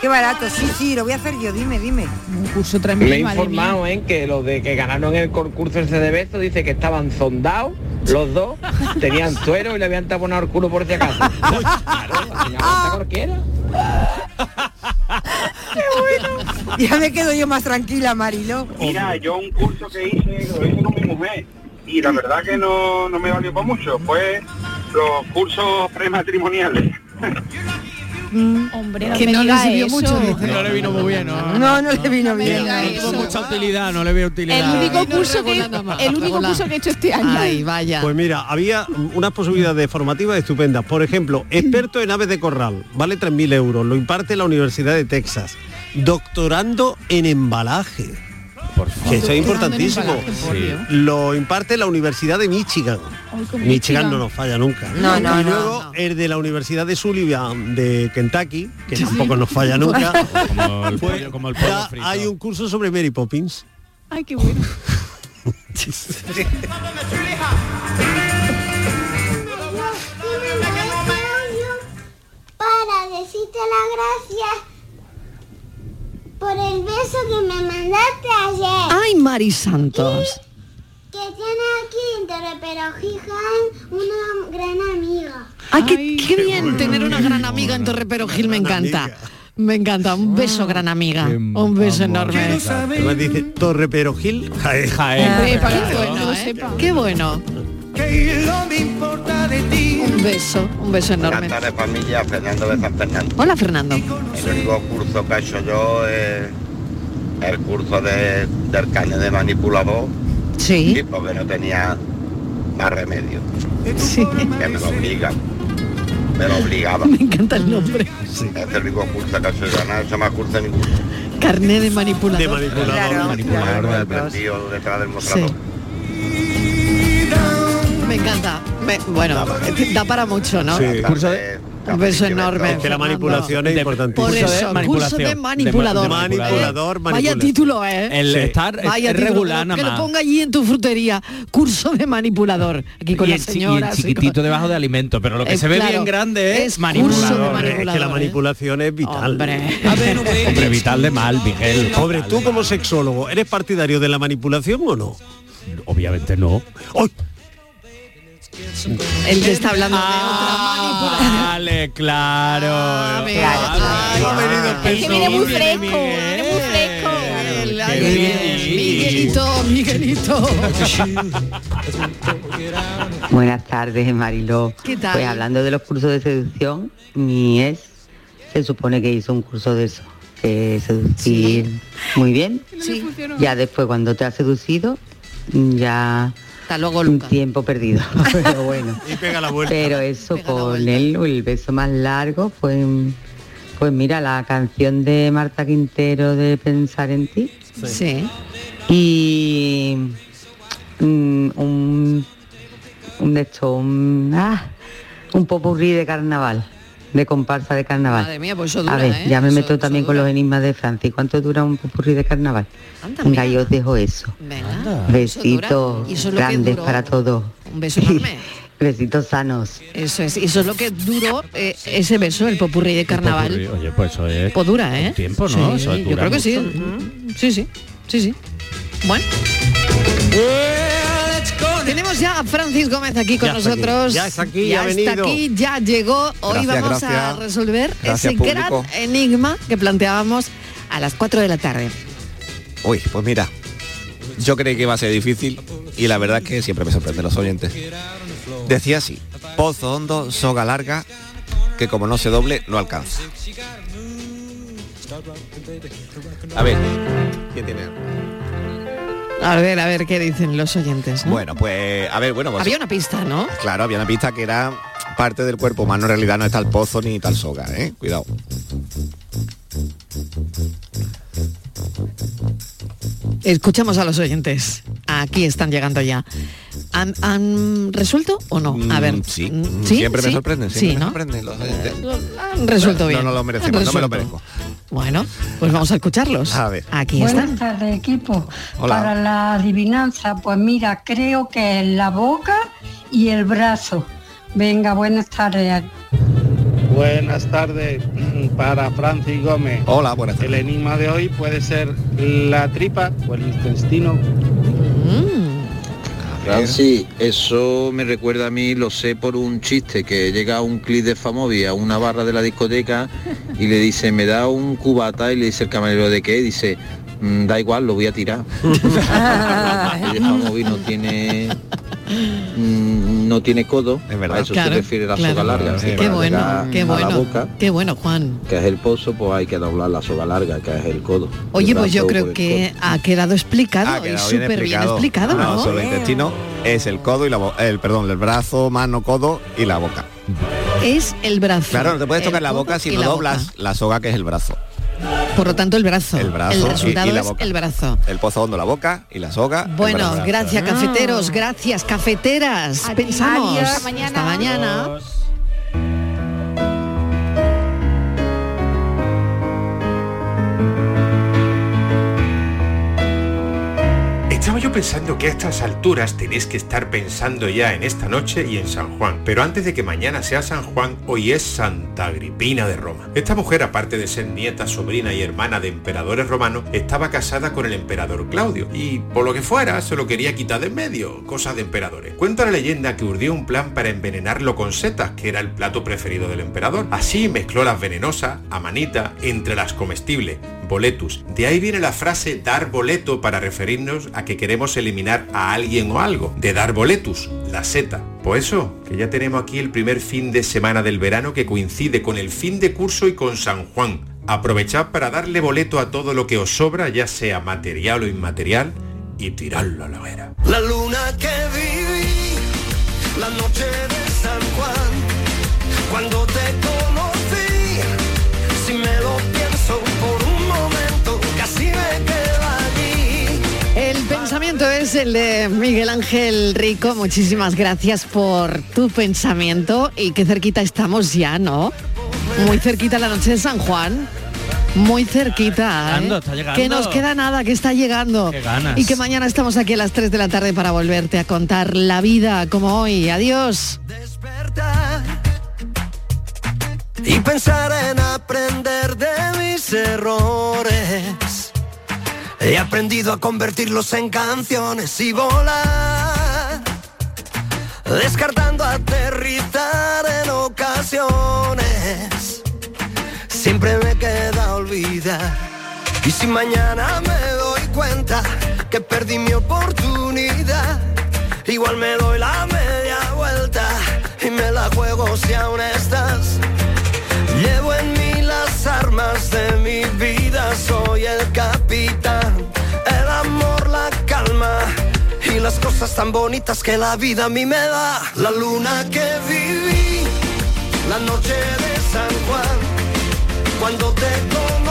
qué barato. Sí, sí, lo voy a hacer yo. Dime, dime. Un curso
Me he informado en que los de que ganaron el concurso ese de besos dice que estaban zondados los dos, tenían suero y le habían taponado el culo por si acaso.
Ah.
eh.
Ya me quedo yo más tranquila, Marilo.
Mira, yo un curso que hice, lo hice con mi mujer y la verdad que no, no me valió para mucho, fue los cursos prematrimoniales.
eh, mm,
Hombre,
Que
me
no le
diga
sirvió
eso.
mucho, dice.
No le vino muy bien, ¿no?
No, no le vino
bien.
No tuvo mucha utilidad, no le veo utilidad.
El único curso que el único
Hola.
curso que he hecho este año.
Ay, vaya.
Pues mira, había unas posibilidades formativas estupendas. Por ejemplo, experto en aves de corral, vale 3.000 euros, lo imparte la Universidad de Texas. Doctorando en embalaje. Que eso es
Doctorando en
importantísimo.
embalaje, por Dios.
Lo imparte la Universidad de Michigan.
Ay, con
Michigan.
Michigan.
no nos falla nunca. ¿eh?
No, no,
y
no,
luego el de la Universidad de Sullivan de Kentucky, que tampoco nos falla nunca.
Como el
Pues,
pollo- como el
ya
pollo frito.
hay un curso sobre Mary Poppins.
Ay, qué bueno.
Para decirte la gracia por el beso que me mandaste ayer.
Ay, Mari Santos.
Que tiene aquí en Torreperojiján una gran amiga.
Ay, qué, qué bien tener una gran amiga en Torreperogil, me encanta. Me encanta, un
Ah,
beso, gran amiga. Un beso enorme.
Además dice Torre Perojil, Jaén.
Hombre, para que todo el mundo sepa. Qué ¿eh? bueno.
que no me importa de ti.
Un beso, un beso enorme.
Buenas tardes familia, Fernando de San Fernando.
Hola Fernando.
El único curso que he hecho yo es el curso de, del carnet de manipulador.
Sí.
Y porque no tenía más remedio.
Sí.
Que me lo obligan. Me lo obligaban.
Me encanta el nombre.
Es el único curso que he hecho yo, no he hecho más curso ningún.
Carné de manipulador.
De manipulador.
Claro,
Manipulador
claro.
del prendido detrás del
Sí.
mostrador.
Me encanta. Me- bueno, eh, da para mucho, ¿no?
Curso
de...
Un beso enorme.
Es que la
Fernando.
manipulación es importante.
Por eso, curso de manipulador.
De manipulador,
¿eh? Vaya
manipulador.
título, ¿eh?
El Sí. estar
es-
Vaya
es
título,
regular,
que lo-
nada
Que
más.
lo ponga allí en tu frutería. Curso de manipulador. Aquí con ¿eh? la
y, el, chi- y el
señora. así con-
chiquitito debajo de alimento, pero lo que
Es
se ve
claro,
bien grande es,
Hombre,
manipulador.
es que la manipulación es vital.
Hombre, vital de mal, Miguel.
Pobre, tú como sexólogo, ¿eres partidario de la manipulación o no?
Obviamente no.
Él te está hablando
Vale, Ah, claro.
Ah,
Ah,
que viene muy fresco. muy fresco. Miguelito, Miguelito.
Buenas tardes, Mariló.
¿Qué tal?
Pues hablando de los cursos de seducción, mi ex se supone que hizo un curso de eso, que seducir muy bien.
Sí.
Ya después, cuando te has seducido, ya...
Hasta luego,
Un tiempo perdido, pero bueno.
Y pega la vuelta.
Pero eso, con él, el beso más largo fue... en- Pues mira, la canción de Marta Quintero de Pensar en ti.
Sí.
Y mm, un, un de esto, un, ah, un popurrí de carnaval, de comparsa de carnaval.
Madre mía, pues eso dura,
A ver,
¿eh?
ya me
Eso-
meto
eso
también con los enigmas de Francia. ¿Y cuánto dura un popurrí de carnaval?
Anda,
Venga, yo os dejo eso.
Eso dura.
Besitos
Y eso es lo que
grandes
duró.
para todos.
Un beso enorme.
Besitos sanos.
Eso es, y eso es lo que duró eh, ese beso, el popurrí de carnaval.
Popurrí. Oye, pues eso es
Pues dura, ¿eh?
un tiempo, ¿no?
Sí,
Eso dura
yo creo que sí. Mm,
mucho.
Sí, sí, sí, sí. Bueno. Tenemos ya a Francis Gómez aquí con
Ya está aquí,
nosotros.
ya está
ya
aquí, ya ha
está
venido.
aquí, ya llegó. Hoy
Gracias,
vamos a
gracias.
resolver
Gracias,
ese
público.
gran enigma que planteábamos a las 4 de la tarde.
Uy, pues mira, yo creí que iba a ser difícil y la verdad es que siempre me sorprenden los oyentes. Decía así, pozo hondo, soga larga, que como no se doble, no alcanza. A ver, ¿qué tiene?
A ver, a ver qué dicen los oyentes. ¿no?
Bueno, pues, a ver, bueno, pues,
Había una pista, ¿no?
claro, había una pista que era parte del cuerpo humano, en realidad no está el pozo ni tal soga, ¿eh? Cuidado.
Escuchamos a los oyentes. Aquí están llegando ya. ¿Han, han resuelto o no? A ver.
Mm, sí.
Mm,
Siempre me
¿Sí?
sorprenden,
Sí,
siempre me
¿no?
sorprenden los oyentes.
Han resuelto bien.
No, no lo
Han
merecemos, no me lo
resuelto.
merezco.
Bueno, pues vamos a escucharlos.
A ver.
Aquí
Buenas
están.
tardes, equipo.
Hola.
Para la adivinanza, pues mira, creo que es la boca y el brazo. Venga, buenas tardes.
Buenas tardes mm, para Francis Gómez.
Hola, buenas
tardes. El enigma de hoy puede ser la tripa o el intestino.
Mm.
Francis, eso me recuerda a mí, lo sé por un chiste, que llega un clip de Famovia a una barra de la discoteca y le dice, me da un cubata y le dice el camarero de qué, dice, "Mm, da igual, lo voy a tirar. Y de Famovi no tiene mm, no tiene codo, a eso
Claro,
se refiere la
claro.
soga larga.
Sí,
que
qué
para
bueno,
llegar
qué
A la
bueno.
boca,
Qué bueno, Juan.
que es el pozo, pues hay que doblar la soga larga, que es el codo.
Oye,
El
pues yo
brazo
creo
por el
que ha quededado explicado
Ha
y
quedado Ah,
súper bien explicado, Ah,
no,
¿no?
solo el intestino es el codo y la bo- el perdón, el brazo, mano, codo y la boca.
Es el brazo.
Claro, no te puedes
el
tocar la
codo
boca si
y
no
la
doblas la soga que es el brazo.
boca. Por lo tanto, el brazo.
El brazo
El
y-
resultado
y la
es
boca.
el brazo.
El pozo hondo la boca y la soga. el
Bueno,
brazo.
gracias
¿eh?
cafeteros, gracias cafeteras. Pensamos.
Adiós.
Hasta mañana. Hasta mañana.
Estaba yo pensando que a estas alturas tenéis que estar pensando ya en esta noche y en San Juan, pero antes de que mañana sea San Juan, hoy es Santa Agripina de Roma. Esta mujer, aparte de ser nieta, sobrina y hermana de emperadores romanos, estaba casada con el emperador Claudio y, por lo que fuera, se lo quería quitar de en medio, cosas de emperadores. Cuenta la leyenda que urdió un plan para envenenarlo con setas, que era el plato preferido del emperador. Así mezcló las venenosas, a manita, entre las comestibles, boletus. De ahí viene la frase dar boleto para referirnos a que queremos eliminar a alguien o algo, de dar boletus, La Seta. Pues eso, que ya tenemos aquí el primer fin de semana del verano que coincide con el fin de curso y con San Juan. Aprovechad para darle boleto a todo lo que os sobra, ya sea material o inmaterial, y tirarlo a la hoguera.
La luna que viví, la noche de San Juan, cuando te conocí, si me lo pienso por un momento, casi me quedo allí.
El pensamiento es el de Miguel Ángel Rico. Muchísimas gracias por tu pensamiento y qué cerquita estamos ya, ¿no? Muy cerquita la noche de San Juan. Muy cerquita.
Está llegando,
¿eh?
está llegando.
Que nos queda nada, que está llegando.
Qué ganas.
Y que mañana estamos aquí a las 3 de la tarde para volverte a contar la vida como hoy. Adiós.
y pensar en aprender de mis errores. He aprendido a convertirlos en canciones y volar, descartando aterrizar en ocasiones. Siempre me queda olvidar. Y si mañana me doy cuenta que perdí mi oportunidad, igual me doy la media vuelta y me la juego si aún estás. Llevo en mí las armas de mi vida, soy el capitán, el amor, la calma y las cosas tan bonitas que la vida a mí me da. La luna que viví, la noche de San Juan, cuando te conocí